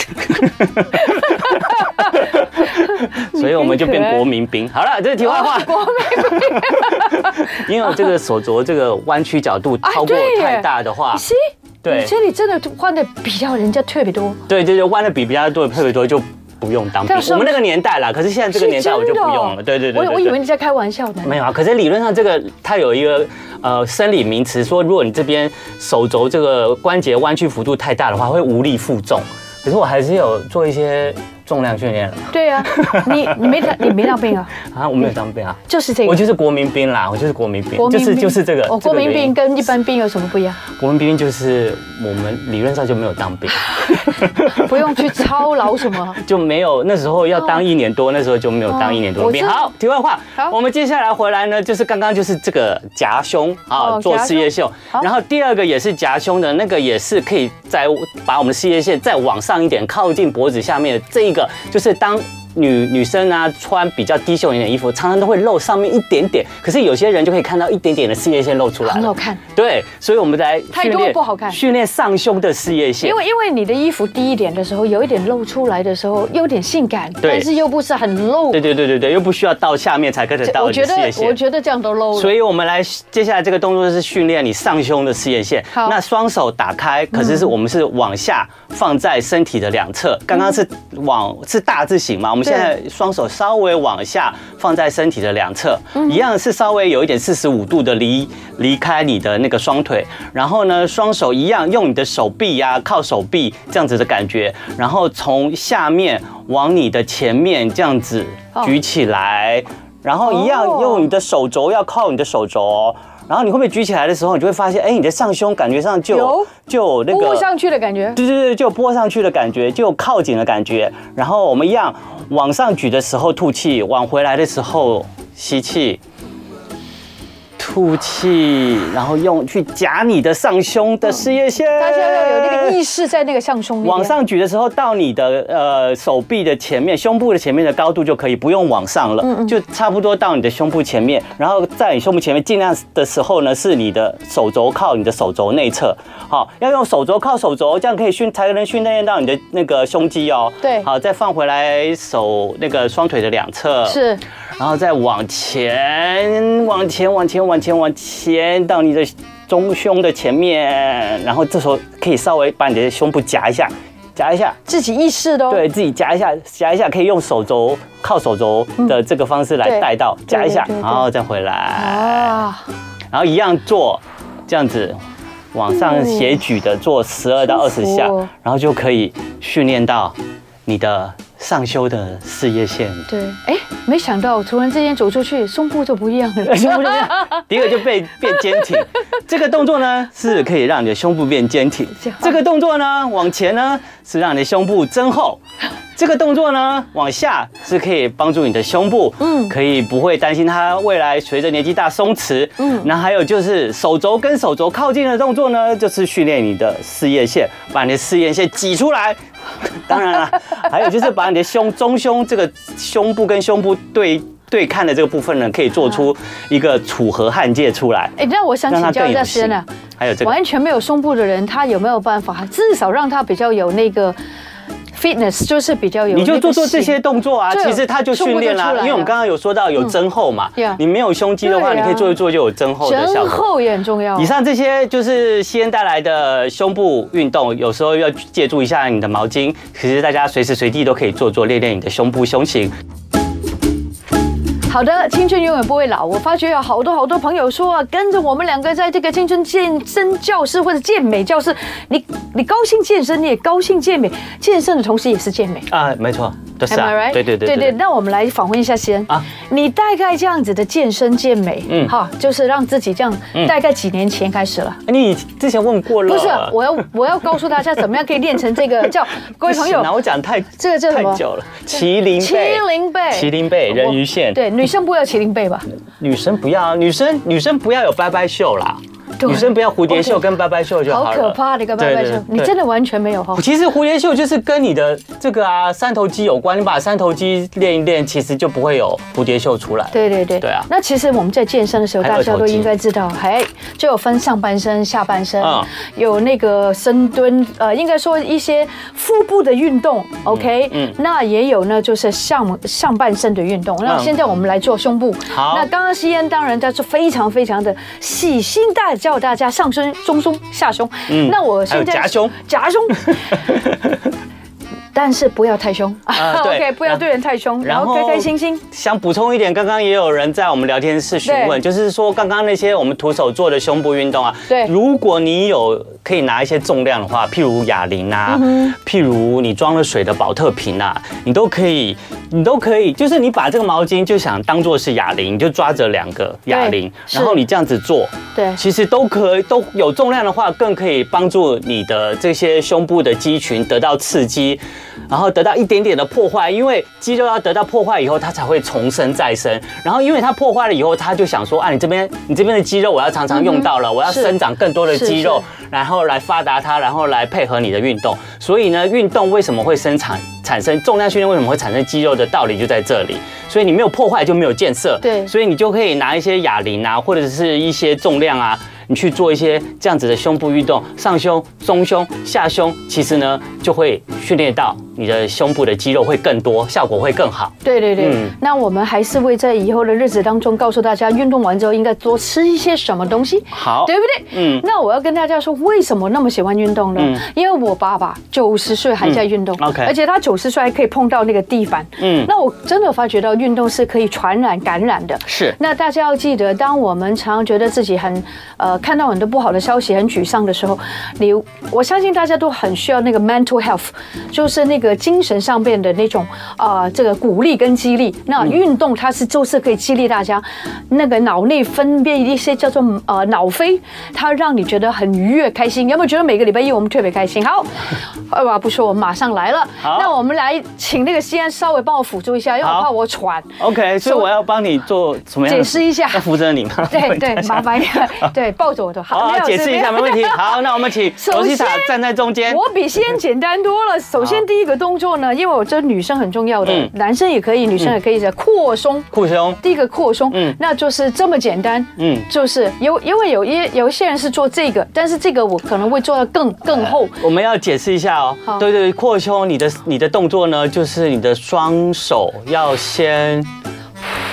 B: 所以我们就变国民兵。好了，这是题外话。
C: 哦国美
B: 因为我这个手镯这个弯曲角度
C: 哎
B: 超过
C: 对耶
B: 太大的 话，
C: 西，
B: 对
C: 你这里真的换的比较人家特别多，
B: 对对对，弯的比比较多，特别多就不用当兵
C: 但。是
B: 我们那个年代啦，可是现在这个年代我就不用了。对对对对
C: 哦
B: 对
C: 我我以为你在开玩笑呢。
B: 没有啊，可是理论上这个它有一个呃生理名词，说如果你这边手肘这个关节弯曲幅度太大的话，会无力负重。可是我还是有做一些重量训练了
C: 对啊，你你没当你没当兵啊，
B: 啊，我没有当兵啊，
C: 就是这
B: 我
C: 个。
B: 就是国民兵啦，我就是国民兵，
C: 国民
B: 就
C: 兵
B: 是就是这个。
C: 哦，
B: 这
C: 国
B: 个原
C: 民
B: 因
C: 兵，跟一般兵有什么不一样？
B: 国民兵就是我们理论上就没有当兵，
C: 不用去操劳什么。
B: 就没有那时候要当一年多，那时候就没有当一年多的兵。
C: 哦我知道
B: 好，题外话
C: 好，
B: 我们接下来回来呢，就是刚刚就是这个夹胸啊，
C: 哦
B: 做
C: 夹胸
B: 事业线，
C: 好
B: 然后第二个也是夹胸的那个，也是可以再把我们的事业线再往上一点，靠近脖子下面的这一个，就是当。女女生啊，穿比较低袖一点的衣服，常常都会露上面一点点，可是有些人就可以看到一点点的事业线露出来，
C: 很好看。
B: 对，所以我们来
C: 太
B: 训
C: 多
B: 练
C: 不好看
B: 训练上胸的事业线
C: 因。为因为你的衣服低一点的时候，有一点露出来的时候，有点性感，
B: 对
C: 但是又不是很露
B: 对。对对对对，又不需要到下面才看得到
C: 哦我
B: 你的
C: 觉
B: 事
C: 得
B: 业线。
C: 我觉得这样都 low
B: 所
C: 了。
B: 以我们来接下来这个动作是训练你上胸的事业线。
C: 好
B: 那双手打开，可是是我们是往下放在身体的两侧。刚刚是往是大字形嘛，我们
C: 对
B: 现在双手稍微往下放在身体的两侧，
C: 嗯
B: 一样是稍微有一点四十五度的离离开你的那个双腿。然后呢，双手一样用你的手臂呀、靠手臂这样子的感觉，然后从下面往你的前面这样子
C: 哦
B: 举起来。然后一样
C: 哦
B: 用你的手肘要靠你的手肘哦，然后你会不会举起来的时候，你就会发现，哎，你的上胸感觉上就
C: 有
B: 就有那
C: 拨
B: 个，
C: 上去的感觉，
B: 对对对，就拨上去的感觉，就有靠紧的感觉。然后我们一样往上举的时候吐气，往回来的时候吸气。吐气，然后用去夹你的上胸的事业线。
C: 大家要有那个意识在那个上胸那边。
B: 往上举的时候，到你的呃手臂的前面、胸部的前面的高度就可以，不用往上了，
C: 嗯
B: 就差不多到你的胸部前面。然后在你胸部前面尽量的时候呢，是你的手肘靠你的手肘内侧，好，要用手肘靠手肘，这样可以训才能训练到你的那个胸肌哦。
C: 对
B: 好，再放回来手那个双腿的两侧，，
C: 是
B: 然后再往前、往前、往前、往前、往前到你的中胸的前面，然后这时候可以稍微把你的胸部夹一下，夹一下，
C: 自己意识的哦。
B: 对自己夹一下，夹一下，可以用手肘靠手肘的这个方式来
C: 对
B: 带到，夹一下，
C: 对对对
B: 然后再回来，
C: 啊，
B: 然后一样做这样子。往上斜举的做十二到二十
C: 舒服
B: 下
C: 哦，
B: 然后就可以训练到你的上修的事业线。
C: 对，哎，没想到突然之间走出去，胸部就不一样 了。
B: 胸部就变，第一个就被变坚挺。这个动作呢，是可以让你的胸部变坚挺
C: 这样。
B: 这个动作呢，往前呢是让你的胸部增厚。这个动作呢，往下是可以帮助你的胸部，
C: 嗯
B: 嗯，可以不会担心它未来随着年纪大松弛，
C: 嗯
B: 嗯。那还有就是手肘跟手肘靠近的动作呢，就是训练你的事业线，把你的事业线挤出来。当然 了，还有就是把你的胸中胸这个胸部跟胸部对对看的这个部分呢，可以做出一个楚河汉界出来，
C: 哎，那我想
B: 让它
C: 请教
B: 更
C: 一
B: 有
C: 下先
B: 型
C: 啊，。
B: 还有这个
C: 完全没有胸部的人，他有没有办法至少让他比较有那个 fitness 就是比较有
B: 你就
C: 那个
B: 做做这
C: 型
B: 些动作啊，
C: 对
B: 其实它就训练啦、
C: 全部都出来了
B: 因
C: 嗯
B: 为我们刚刚有说到有增厚嘛，
C: Yeah
B: 你没有胸肌的话，
C: 对
B: 你
C: 啊
B: 可以做一做就有增厚的效
C: 前
B: 果。
C: 后也很重要。
B: 以上这些就是吸烟带来的胸部运动，有时候要借助一下你的毛巾。其实大家随时随地都可以做做，练练你的胸部胸型。
C: 好的，青春永远不会老。我发觉有好多好多朋友说啊，跟着我们两个在这个青春健身教室或者健美教室，你你高兴健身，你也高兴健美，健身的同时也是健美。
B: 啊，没错，就是啊
C: Am I right？
B: 对对对
C: 对对，那我们来访问一下先
B: 啊
C: 啊，你大概这样子的健身健美，
B: 嗯
C: 嗯，哈，就是让自己这样，大概几年前开始了？
B: 哎你之前问过了，
C: 不是，啊我要我要告诉大家怎么样可以练成这个 叫各位朋友
B: 那我讲太
C: 这个叫什
B: 太
C: 么
B: 久了，麒麟
C: 麒
B: 背，
C: 麟背，
B: 麒麟背，人鱼线，
C: 对，女生不要麒麟背吧？
B: 女生不要，女生女生不要有拜拜袖啦，
C: 对
B: 女生不要蝴蝶袖
C: OK
B: 跟拜拜袖就好
C: 好
B: 了。
C: 可怕的一个拜拜
B: 对
C: 袖，
B: 对
C: 你真
B: 对
C: 的完全没有哈。
B: 哦其实蝴蝶袖就是跟你的这个啊三头肌有关，你把三头肌练一练，其实就不会有蝴蝶袖出来。
C: 对对对，
B: 对啊
C: 那其实我们在健身的时候，
B: 还有
C: 大家
B: 二头
C: 都
B: 肌
C: 应该知道，还就有分上半身、下半身
B: 嗯，
C: 有那个深蹲，呃，应该说一些腹部的运动，OK，
B: 嗯
C: 那也有呢，就是上上半身的运动。那
B: 嗯
C: 现在我们来做胸部。
B: 好
C: 那刚刚吸烟，当然它是非常非常的喜新大叫大家上身、中胸、下胸。
B: 嗯
C: 那我
B: 还有
C: 现在
B: 夹胸，
C: 夹胸。 但是不要太凶、
B: 啊
C: o
B: 对
C: k 不要对人太凶，
B: 然
C: 然
B: 后
C: 后开开心心。
B: 想补充一点，刚刚也有人在我们聊天室询问，
C: 对
B: 就是说刚刚那些我们徒手做的胸部运动啊，
C: 对
B: 如果你有可以拿一些重量的话，譬如哑铃啊，
C: 嗯
B: 譬如你装了水的保特瓶啊，你都可以，你都可以，就是你把这个毛巾就想当做是哑铃，你就抓着两个哑铃，
C: 是
B: 然后你这样子做，
C: 对，
B: 其实都可以，都有重量的话，更可以帮助你的这些胸部的肌群得到刺激，然后得到一点点的破坏，因为肌肉要得到破坏以后，它才会重生再生。然后因为它破坏了以后，它就想说啊，你这边你这边的肌肉我要常常用到了，我要
C: 是
B: 生长更多的
C: 嗯是
B: 肌肉，
C: 是
B: 然后来发达它，然后来配合你的运动。所以呢，运动为什么会生产产生重量训练为什么会产生肌肉的道理就在这里。所以你没有破坏就没有建设，
C: 对
B: 所以你就可以拿一些哑铃啊，或者是一些重量啊。你去做一些这样子的胸部运动，上胸、中胸、下胸，其实呢就会训练到你的胸部的肌肉会更多，效果会更好。
C: 对对对，
B: 嗯
C: 那我们还是会在以后的日子当中告诉大家，运动完之后应该多吃一些什么东西，
B: 好，
C: 对不对？
B: 哦嗯
C: 那我要跟大家说，为什么那么喜欢运动呢？
B: 嗯
C: 因为我爸爸九十岁还在运动、
B: 嗯，OK
C: 而且他九十岁还可以碰到那个地板。
B: 嗯
C: 那我真的发觉到运动是可以传染感染的。
B: 是
C: 那大家要记得，当我们常常觉得自己很呃看到很多不好的消息、很沮丧的时候，你我相信大家都很需要那个 mental health，就是那个精神上面的那种啊、呃这个鼓励跟激励。那运动它是就是可以激励大家，那个脑内分泌一些叫做呃脑啡，它让你觉得很愉悦、开心。有没有觉得每个礼拜一我们特别开心？ 好，二话不说，我们马上来了。
B: 好
C: 那我们来请那个西安稍微帮我辅助一下，因为
B: 好
C: 我怕我喘。
B: OK，所以
C: 所以
B: 我要帮你做什么样的？
C: 解释一下
B: 要扶着你 吗？
C: 对对，麻烦你 了，对，抱着我的
B: 好，好，解释一下，没问 题。。好，那我们请
C: 首
B: 罗西塔
C: 先
B: 站在中间。
C: 我比先简单多了。首
B: 好
C: 先第一个动作呢，因为我这女生很重要的
B: 嗯，
C: 男生也可以，女生也可以的扩胸。
B: 酷胸，
C: 第一个扩胸，
B: 嗯
C: 那就是这么简单，
B: 嗯
C: 就是有因为有一有一些人是做这个，但是这个我可能会做到更更厚，
B: 我们要解释一下哦。
C: 好
B: 对对，对扩胸，你的你的动作呢，就是你的双手要先。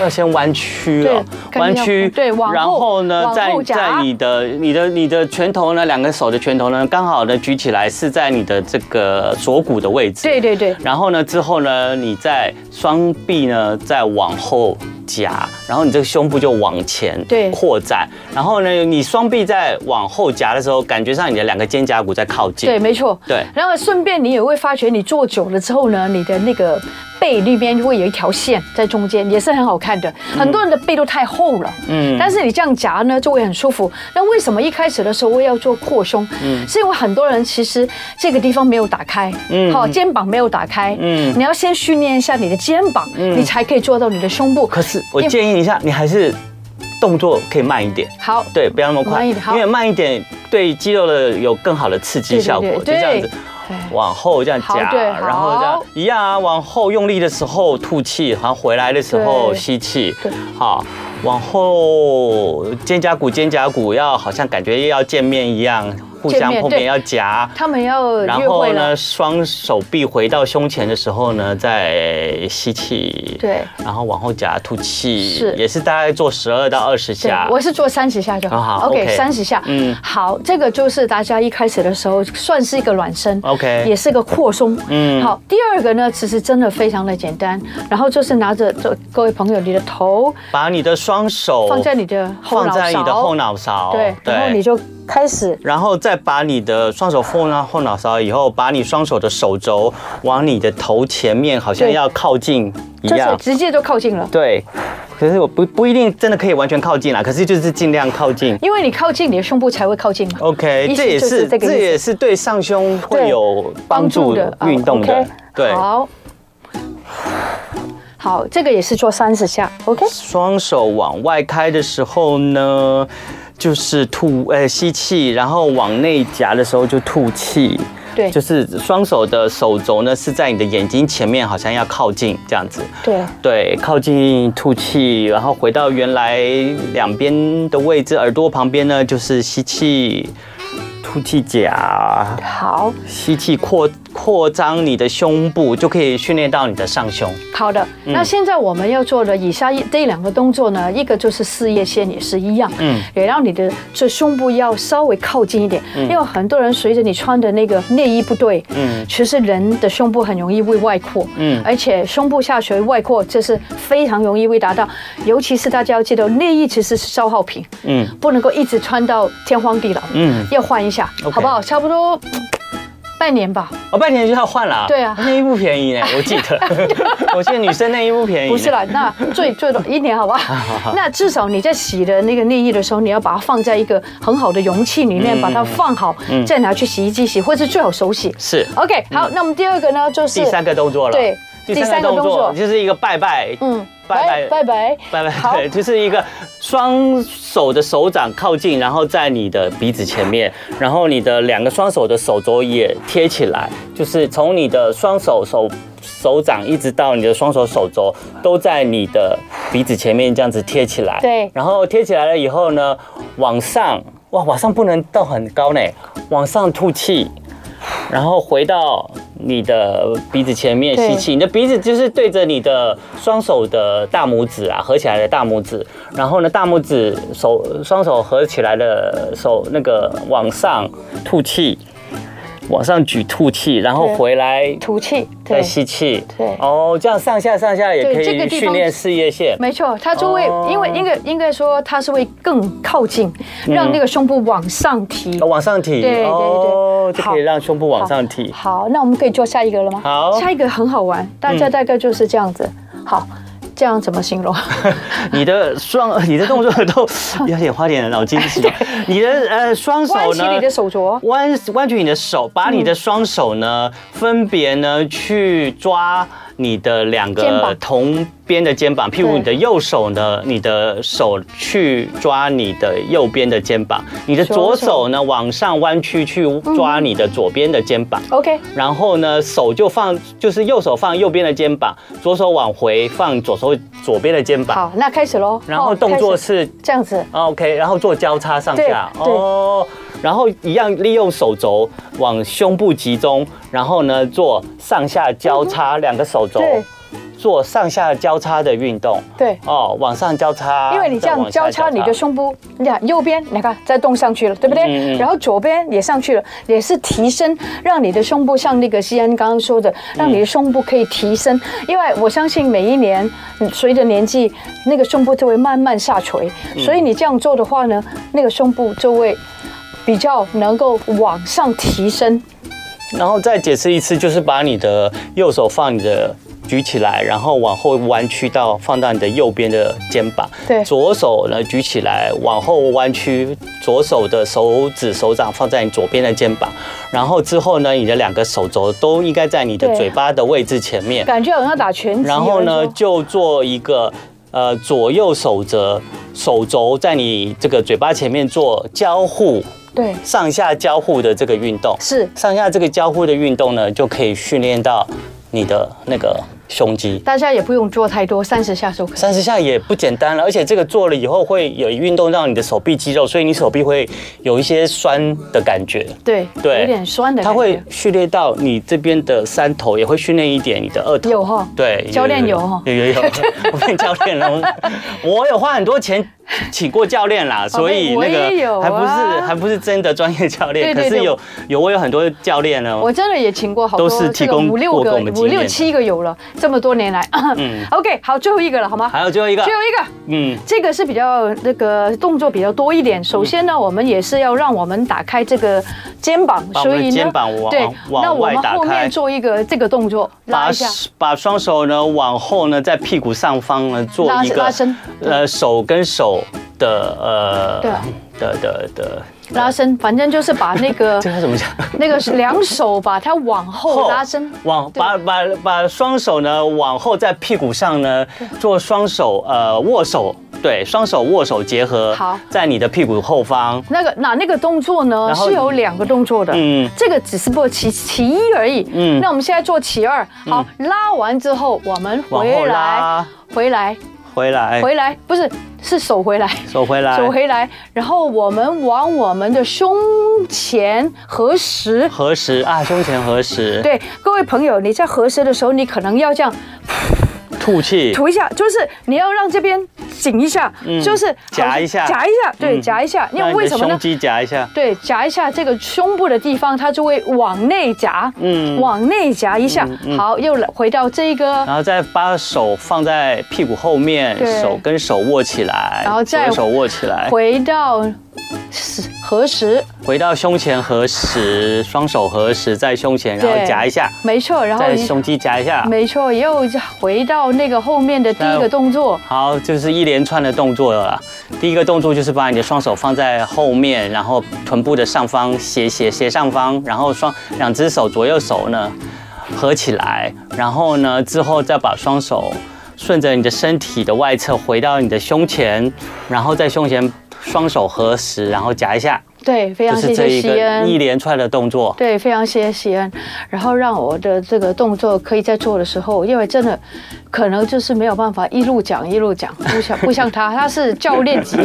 B: 要先弯曲哦，
C: 对
B: 弯曲，
C: 对往后
B: 然后呢，
C: 往
B: 在
C: 后夹
B: 在你的你的你的拳头呢，两个手的拳头呢，刚好呢举起来是在你的这个锁骨的位置，
C: 对对对，
B: 然后呢，之后呢，你再双臂呢再往后夹，然后你这个胸部就往前
C: 对
B: 扩展。然后呢，你双臂在往后夹的时候，感觉上你的两个肩胛骨在靠近。
C: 对，没错，
B: 对
C: 然后顺便你也会发觉，你坐久了之后呢，你的那个背那边会有一条线在中间，也是很好看的。很多人的背都太厚了，
B: 嗯
C: 嗯，但是你这样夹呢，就会很舒服。那为什么一开始的时候要做扩胸？嗯，是因为很多人其实这个地方没有打开，
B: 嗯
C: 嗯，好，肩膀没有打开，
B: 嗯
C: 嗯，你要先训练一下你的肩膀，你才可以做到你的胸部。
B: 可是我
C: 因为
B: 建议你一下，你还是动作可以慢一点，
C: 好，
B: 对，不要那么快，
C: 慢一点好
B: 因为慢一点对肌肉的有更好的刺激效果，
C: 对
B: 就
C: 对对
B: 这样子
C: 对。哎
B: 往后这样夹
C: 好，对
B: 然后这样
C: 好
B: 一样啊，往后用力的时候吐气，然后回来的时候
C: 对
B: 吸气
C: 对，
B: 好，往后肩胛骨肩胛骨要好像感觉要见面一样，互相碰面
C: 对
B: 要夹，
C: 他们要
B: 然
C: 约
B: 后
C: 会了
B: 呢，。双手臂回到胸前的时候呢，再吸气，
C: 对，
B: 然后往后夹吐气，
C: 是
B: 也是大概做十二到二十
C: 对
B: 下，。
C: 我是做三十下就
B: 啊好
C: 好。OK，
B: OK
C: 三十下。
B: 嗯
C: 嗯，好，这个就是大家一开始的时候算是一个暖身
B: OK
C: 也是一个扩松。
B: 嗯
C: 嗯，好，第二个呢，其实真的非常的简单，然后就是拿着这各位朋友，你的头
B: 把你的双手
C: 放在你的后
B: 放
C: 脑
B: 在你的后
C: 勺，
B: 脑勺，
C: 对，然后你就开始
B: 然后再把你的双手放到后脑勺以后，把你双手的手肘往你的头前面，好像
C: 对
B: 要靠近一
C: 就是
B: 样。
C: 直接就靠近了。
B: 对，可是我不不一定真的可以完全靠近啦，可是就是尽量靠近。
C: 因为你靠近你的胸部才会靠近嘛。
B: OK，
C: 意思
B: 这也
C: 就是这个意思
B: 这也是对上胸会
C: 对
B: 有帮助的
C: 啊
B: 运动的
C: OK，，
B: 对，
C: 好，好，这个也是做三十下，OK。
B: 双手往外开的时候呢，就是吐呃吸气，然后往内夹的时候就吐气。
C: 对
B: 就是双手的手肘呢是在你的眼睛前面，好像要靠近这样子。
C: 对，
B: 对，靠近吐气，然后回到原来两边的位置，耳朵旁边呢就是吸气，吐气夹，
C: 好
B: 吸气扩扩张你的胸部，就可以训练到你的上胸。
C: 好的。那现在我们要做的以下一这两个动作呢，一个就是事业线也是一样，
B: 嗯
C: 嗯，也让你的这胸部要稍微靠近一点，因为很多人随着你穿的那个内衣不对，
B: 嗯
C: 嗯，其实人的胸部很容易会外扩，
B: 嗯
C: 嗯，而且胸部下垂外扩这是非常容易会达到，尤其是大家要记得内衣其实是消耗品，
B: 嗯
C: 不能够一直穿到天荒地老，
B: 嗯，
C: 要换一下
B: OK
C: 好不好？差不多嗯半年吧，
B: 哦，半年就要换了。
C: 对啊
B: 内衣不便宜呢，我记得， 我记得女生内衣不便宜。
C: 不是，啦， 那最最多一年好不好？那至少你在洗的那个内衣的时候，你要把它放在一个很好的容器里面，
B: 嗯
C: 把它放好，再拿去洗衣机洗，或是最好手洗。
B: 是
C: OK，好，那我们第二个呢，就是
B: 嗯第三个动作了。
C: 对
B: 第三个动
C: 第三个
B: 作
C: 动作
B: 就是一个拜拜。
C: 嗯，
B: 拜
C: 拜
B: 拜
C: 拜拜
B: 拜拜，
C: 好
B: 对，就是一个双手的手掌靠近，然后在你的鼻子前面，然后你的两个双手的手肘也贴起来，就是从你的双手手手掌一直到你的双手手肘都在你的鼻子前面这样子贴起来。
C: 对
B: 然后贴起来了以后呢，往上，哇，往上不能到很高呢，往上吐气。然后回到你的鼻子前面
C: 对
B: 吸气，你的鼻子就是对着你的双手的大拇指啊，合起来的大拇指。然后呢，大拇指手双手合起来的手那个往上吐气，往上举吐气，然后
C: 对
B: 回来
C: 吐气，
B: 再
C: 对。
B: 吸气。
C: 对
B: 哦，这样上下上下也
C: 对
B: 可
C: 这个
B: 以
C: 地方
B: 训练事业线。
C: 没错，它就会
B: 哦
C: 因为应该应该说它是会更靠近，让那个胸部往上提
B: 嗯哦。往上提，
C: 对对对
B: 哦，就
C: 好
B: 可以让胸部往上提。
C: 好，那我们可以做下一个了吗？
B: 好嗯
C: 下一个很好玩，大家大概就是这样子。好，这样怎么形容？
B: 你的双，你的动作都有点花点脑筋 急。你的呃双
C: 弯
B: 手
C: 起
B: 呢
C: 你？的手镯，
B: 弯弯举你的手，把你的双手呢，
C: 嗯
B: 分别呢去抓你的两
C: 肩
B: 个
C: 膀
B: 同边的肩膀，譬如
C: 对
B: 你的右手呢，你的手去抓你的右边的肩膀，你的左
C: 左手
B: 手呢往上弯曲去抓你的左边的肩膀。
C: OK，
B: 然后呢，手就放，就是右手放右边的肩膀，左手往回放左手左边的肩膀。
C: 好，那开始喽。
B: 嗯然后
C: 哦
B: 动作
C: 开始
B: 是啊
C: 这样子，
B: OK，然后做交叉上下
C: 对对
B: 哦，然后一样利用手肘往胸部集中，然后呢做上下交叉，两个手肘
C: 嗯对
B: 做上下交叉的运动
C: 对，
B: 哦，往上交叉，
C: 因为你这
B: 再
C: 样
B: 往下
C: 交叉你的胸部，你看右边，你看再动上去了，对不
B: 嗯嗯
C: 对？
B: 嗯
C: 然后左边也上去了，也是提升，让你的胸部像那个西安刚刚说的，让你的胸部可以提升。因为我相信每一年嗯随着年纪，那个胸部就会慢慢下垂，
B: 嗯
C: 所以你这样做的话呢，那个胸部就会比较能够往上提升。
B: 然后再解释一次，就是把你的右手放你的举起来，然后往后弯曲到放到你的右边的肩膀。
C: 对
B: 左手呢举起来，往后弯曲，左手的手指手掌放在你左边的肩膀。然后之后呢，你的两个手肘都应该在你的
C: 对
B: 嘴巴的位置前面。
C: 感觉好像打拳击。
B: 然后
C: 有
B: 呢，
C: 人说
B: 就做一个呃左右手折，手肘在你这个嘴巴前面做交互。
C: 对，
B: 上下交互的这个运动
C: 是
B: 上下这个交互的运动呢，就可以训练到你的那个胸肌。
C: 大家也不用做太多，三十下就可以。
B: 三十下也不简单了，而且这个做了以后会有运动到你的手臂肌肉，所以你手臂会有一些酸的感觉。
C: 对
B: 对，
C: 有点酸的感
B: 它
C: 觉。
B: 会训练到你这边的三头，也会训练一点你的二头。
C: 有哈
B: 对，
C: 教练有哈
B: 有有有， 我变教练了，我我有花很多钱请过教练啦，所以
C: 哦我
B: 那
C: 也有
B: 个还
C: 啊
B: 不是还不是真的专业教练，
C: 对
B: 可
C: 对对
B: 是有有我有很多教练哦呢。
C: 我真的也请过好多，
B: 都是提
C: 这个
B: 供
C: 五六
B: 过给
C: 个
B: 我们、
C: 五
B: 经验
C: 六
B: 的嗯
C: 七个有了，这么多年来。OK，好， 最后一个了，好吗？
B: 还有最后一个
C: 最，后一个。
B: 嗯，
C: 这个是比较那个动作比较多一点。首先呢，我们也是要让我们打开这个肩膀，
B: 把我们的肩膀往
C: 对
B: 往，往
C: 那我们
B: 外打
C: 后
B: 开
C: 面做一个这个动作，拉
B: 把
C: 一下，
B: 把双手呢往后呢，在屁股上方呢做
C: 拉
B: 一
C: 拉
B: 个
C: 伸
B: 呃手跟手的
C: 对
B: 呃
C: 啊
B: 的的的，
C: 拉伸，反正就是把那个
B: 这个怎么讲？
C: 那个是两手把它往后拉伸，
B: 往
C: 对
B: 把把把双手呢往后在屁股上呢做双手呃握手，对，双手握手结合，
C: 好
B: 在你的屁股后方，
C: 那个那那个动作呢
B: 然后
C: 是有两个动作的，
B: 嗯
C: 这个只是做其其一而已，
B: 嗯
C: 那我们现在做其二，好，拉完之后我们
B: 往
C: 回
B: 后
C: 来，
B: 拉哎
C: 回来，
B: 回来，
C: 回来，不是是手回来，
B: 手回来，
C: 手回来，然后我们往我们的胸前合十。
B: 合十啊，胸前合十，，
C: 对，各位朋友，你在合十的时候，你可能要这样
B: 吐气，
C: 涂一下，就是你要让这边紧一下，就是好像
B: 嗯夹一下
C: 夹一下，对，
B: 嗯
C: 夹一下，因
B: 让
C: 为
B: 你的
C: 为什么呢
B: 胸？肌夹一下，
C: 对，夹一下这个胸部的地方，它就会往内夹，
B: 嗯
C: 嗯，往内夹一下。好，又来回到这个，
B: 然后再把手放在屁股后面，
C: 对
B: 手跟手握起来，
C: 然后
B: 手
C: 再
B: 跟手握起来，
C: 回到十合十，
B: 回到胸前合十，双手合十在胸前，然后
C: 对
B: 夹一下，
C: 没错，然后
B: 在
C: 你
B: 胸肌夹一下，
C: 没错，又回到那个后面的第一个动作，
B: 好，就是一连串的动作了啦。第一个动作就是把你的双手放在后面，然后臀部的上方斜斜斜上方，然后双两只手左右手呢合起来，然后呢之后再把双手顺着你的身体的外侧回到你的胸前，然后在胸前双手合十，然后夹一下，
C: 对，非
B: 就
C: 常
B: 是
C: 谢
B: 这
C: 谢
B: 一
C: 西
B: 个一
C: 恩。
B: 连串的动作。
C: 对，非常谢谢西恩，然后让我的这个动作可以在做的时候，因为真的可能就是没有办法一路讲一路讲，不像 不像他，他是教 练级，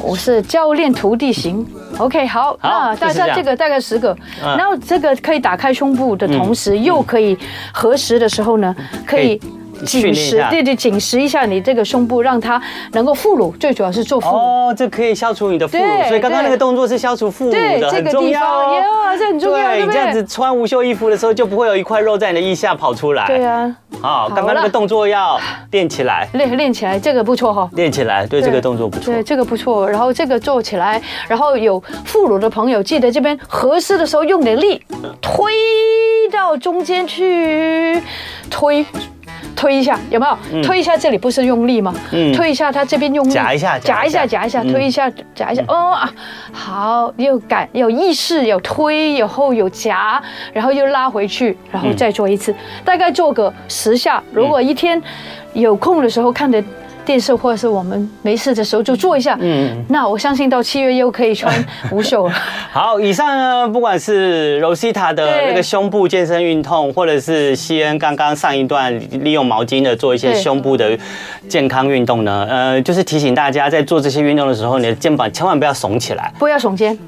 C: 我是教练徒弟型。OK，好，那大
B: 就是这
C: 家
B: 样
C: 这个大概十个，
B: 嗯
C: 然后这个可以打开胸部的同时，又可以合十的时候呢，可以
B: 以训练
C: 紧
B: 一
C: 实
B: 下，
C: 对对，紧实一下你这个胸部，让它能够副乳，最主要是做副乳。
B: 哦，这可以消除你的副乳，
C: 对
B: 所以刚刚那个
C: 对
B: 动作是消除副乳
C: 对
B: 的，
C: 这
B: 很
C: 个
B: 重
C: 地
B: 要
C: 方，
B: 哦
C: 耶。啊，这很重要，
B: 对
C: 对不
B: 你这样子
C: 对？
B: 穿无袖衣服的时候，就不会有一块肉在你的腋下跑出来。
C: 对啊，
B: 好，
C: 了
B: 刚刚那个动作要练起来，
C: 练练起来这个不错哈。
B: 练起来，对这个动作不错
C: 对，。这个不错。然后这个做起来，然后有副乳的朋友，记得这边合适的时候用点力，推到中间去，推。推一下，有没有？推一下，这里不是用力吗？
B: 嗯
C: 推一下，它这边用力，
B: 夹一下夹
C: 夹
B: 一
C: 一
B: 下
C: 下，夹一下，
B: 嗯
C: 推一下，夹一下。哦啊，好，有感，有意识，有推，有后有夹，然后又拉回去，然
B: 嗯
C: 后再做一次，大概做个十下。如果一天有空的时候看的电视，或者是我们没事的时候就做一下。
B: 嗯
C: 嗯，那我相信到七月又可以穿 无袖了。
B: 好，以上呢，不管是 Rosita 的
C: 对
B: 那个胸部健身运动，或者是西恩刚刚上一段利用毛巾的做一些
C: 对
B: 胸部的健康运动呢，呃，就是提醒大家在做这些运动的时候，你的肩膀千万不要耸起来。
C: 不要耸肩，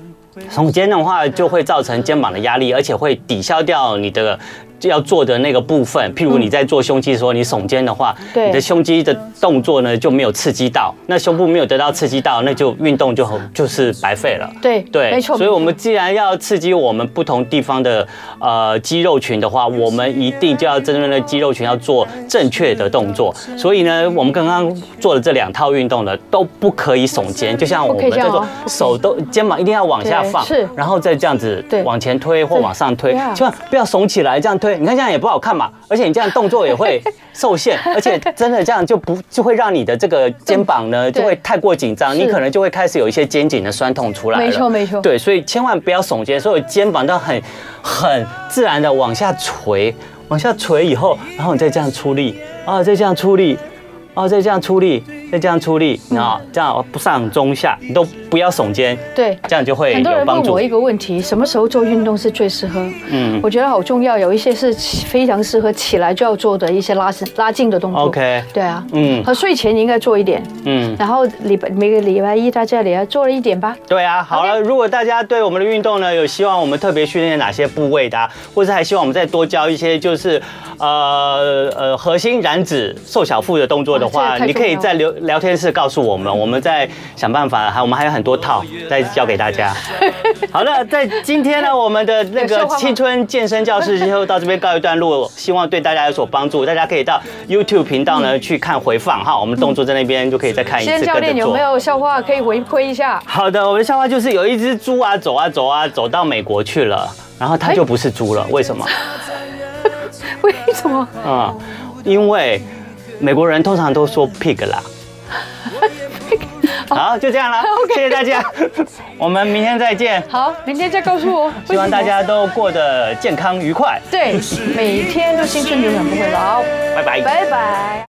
B: 耸肩的话，就会造成肩膀的压力，而且会抵消掉你的要做的那个部分。譬如你在做胸肌的时候，你耸肩的话，
C: 对
B: 你的胸肌的动作呢就没有刺激到，那胸部没有得到刺激到，那就运动就很就是白费了。
C: 对
B: 对，
C: 没错。
B: 所以我
C: 没错
B: 们既然要刺激我们不同地方的呃肌肉群的话，我们一定就要针对那肌肉群要做正确的动作。所以呢，我们刚刚做的这两套运动呢，都不可以耸肩，就像我
C: 不可
B: 们
C: 以这
B: 在
C: 样哦
B: 做手都肩膀一定要往下
C: 对
B: 放，
C: 是
B: 然后再这样子
C: 对
B: 往前推或
C: 对
B: 往上推，
C: Yeah
B: 千万不要耸起来这样推。你看这样也不好看嘛，而且你这样动作也 会受限，而且真的这样就不就会让你的这个肩膀呢就
C: 对
B: 会太过紧张，你
C: 是
B: 可能就会开始有一些肩颈的酸痛出来。来了
C: 没错没错
B: 对，所以千万不要耸肩，所以肩膀都很很自然的往下垂，往下垂以后，然后你再这样出力，啊，再这样出力，啊，再这样出力，要这样出力，啊，这样不上中下，你都不要耸肩，
C: 对。
B: 这样就会
C: 很多
B: 有
C: 人
B: 帮
C: 问
B: 助
C: 我。一个问题：什么时候做运动是最适合？
B: 嗯
C: 我觉得好重要，有一些是非常适合起来就要做的一些拉伸、拉近的动作。
B: ，OK，
C: 对啊，
B: 嗯
C: 和睡前你应该做一点，
B: 嗯，
C: 然后礼拜每个礼拜一到这里啊做了一点吧。
B: 对啊，好了，如果大家对我们的运动呢有希望，我们特别训练哪些部位的、啊，或是还希望我们再多教一些就是，呃呃核心燃脂瘦小腹的动作的
C: 哇
B: 话，
C: 这个太
B: 你可以
C: 重要
B: 在聊聊天室告诉我们，我们再想办法，还我们还有很多套再教给大 家。好了，在今天呢，我们的那
C: 有
B: 个
C: 收获吗
B: 青春健身教室就到这边告一段落，希望对大家有所帮助。大家可以到 YouTube 频道呢去看回放哈，我们动作在那边就可以再看一次
C: 现
B: 跟
C: 在
B: 着做。
C: 嗯教练有没有笑话可以回馈一下？
B: 好的，我们的笑话就是有一只猪啊，走啊走啊，走到美国去了，然后它就不是猪了，为什么？
C: 为什么？
B: 嗯，因为美国人通常都说 pig 啦。 好，就这 样啦，谢谢大家，我们明天再见，
C: 好，明天再告诉我。
B: 希望大
C: 为
B: 家都过得健康愉快，
C: 什么对每天都青春永远不会老。
B: 拜拜。
C: 拜拜。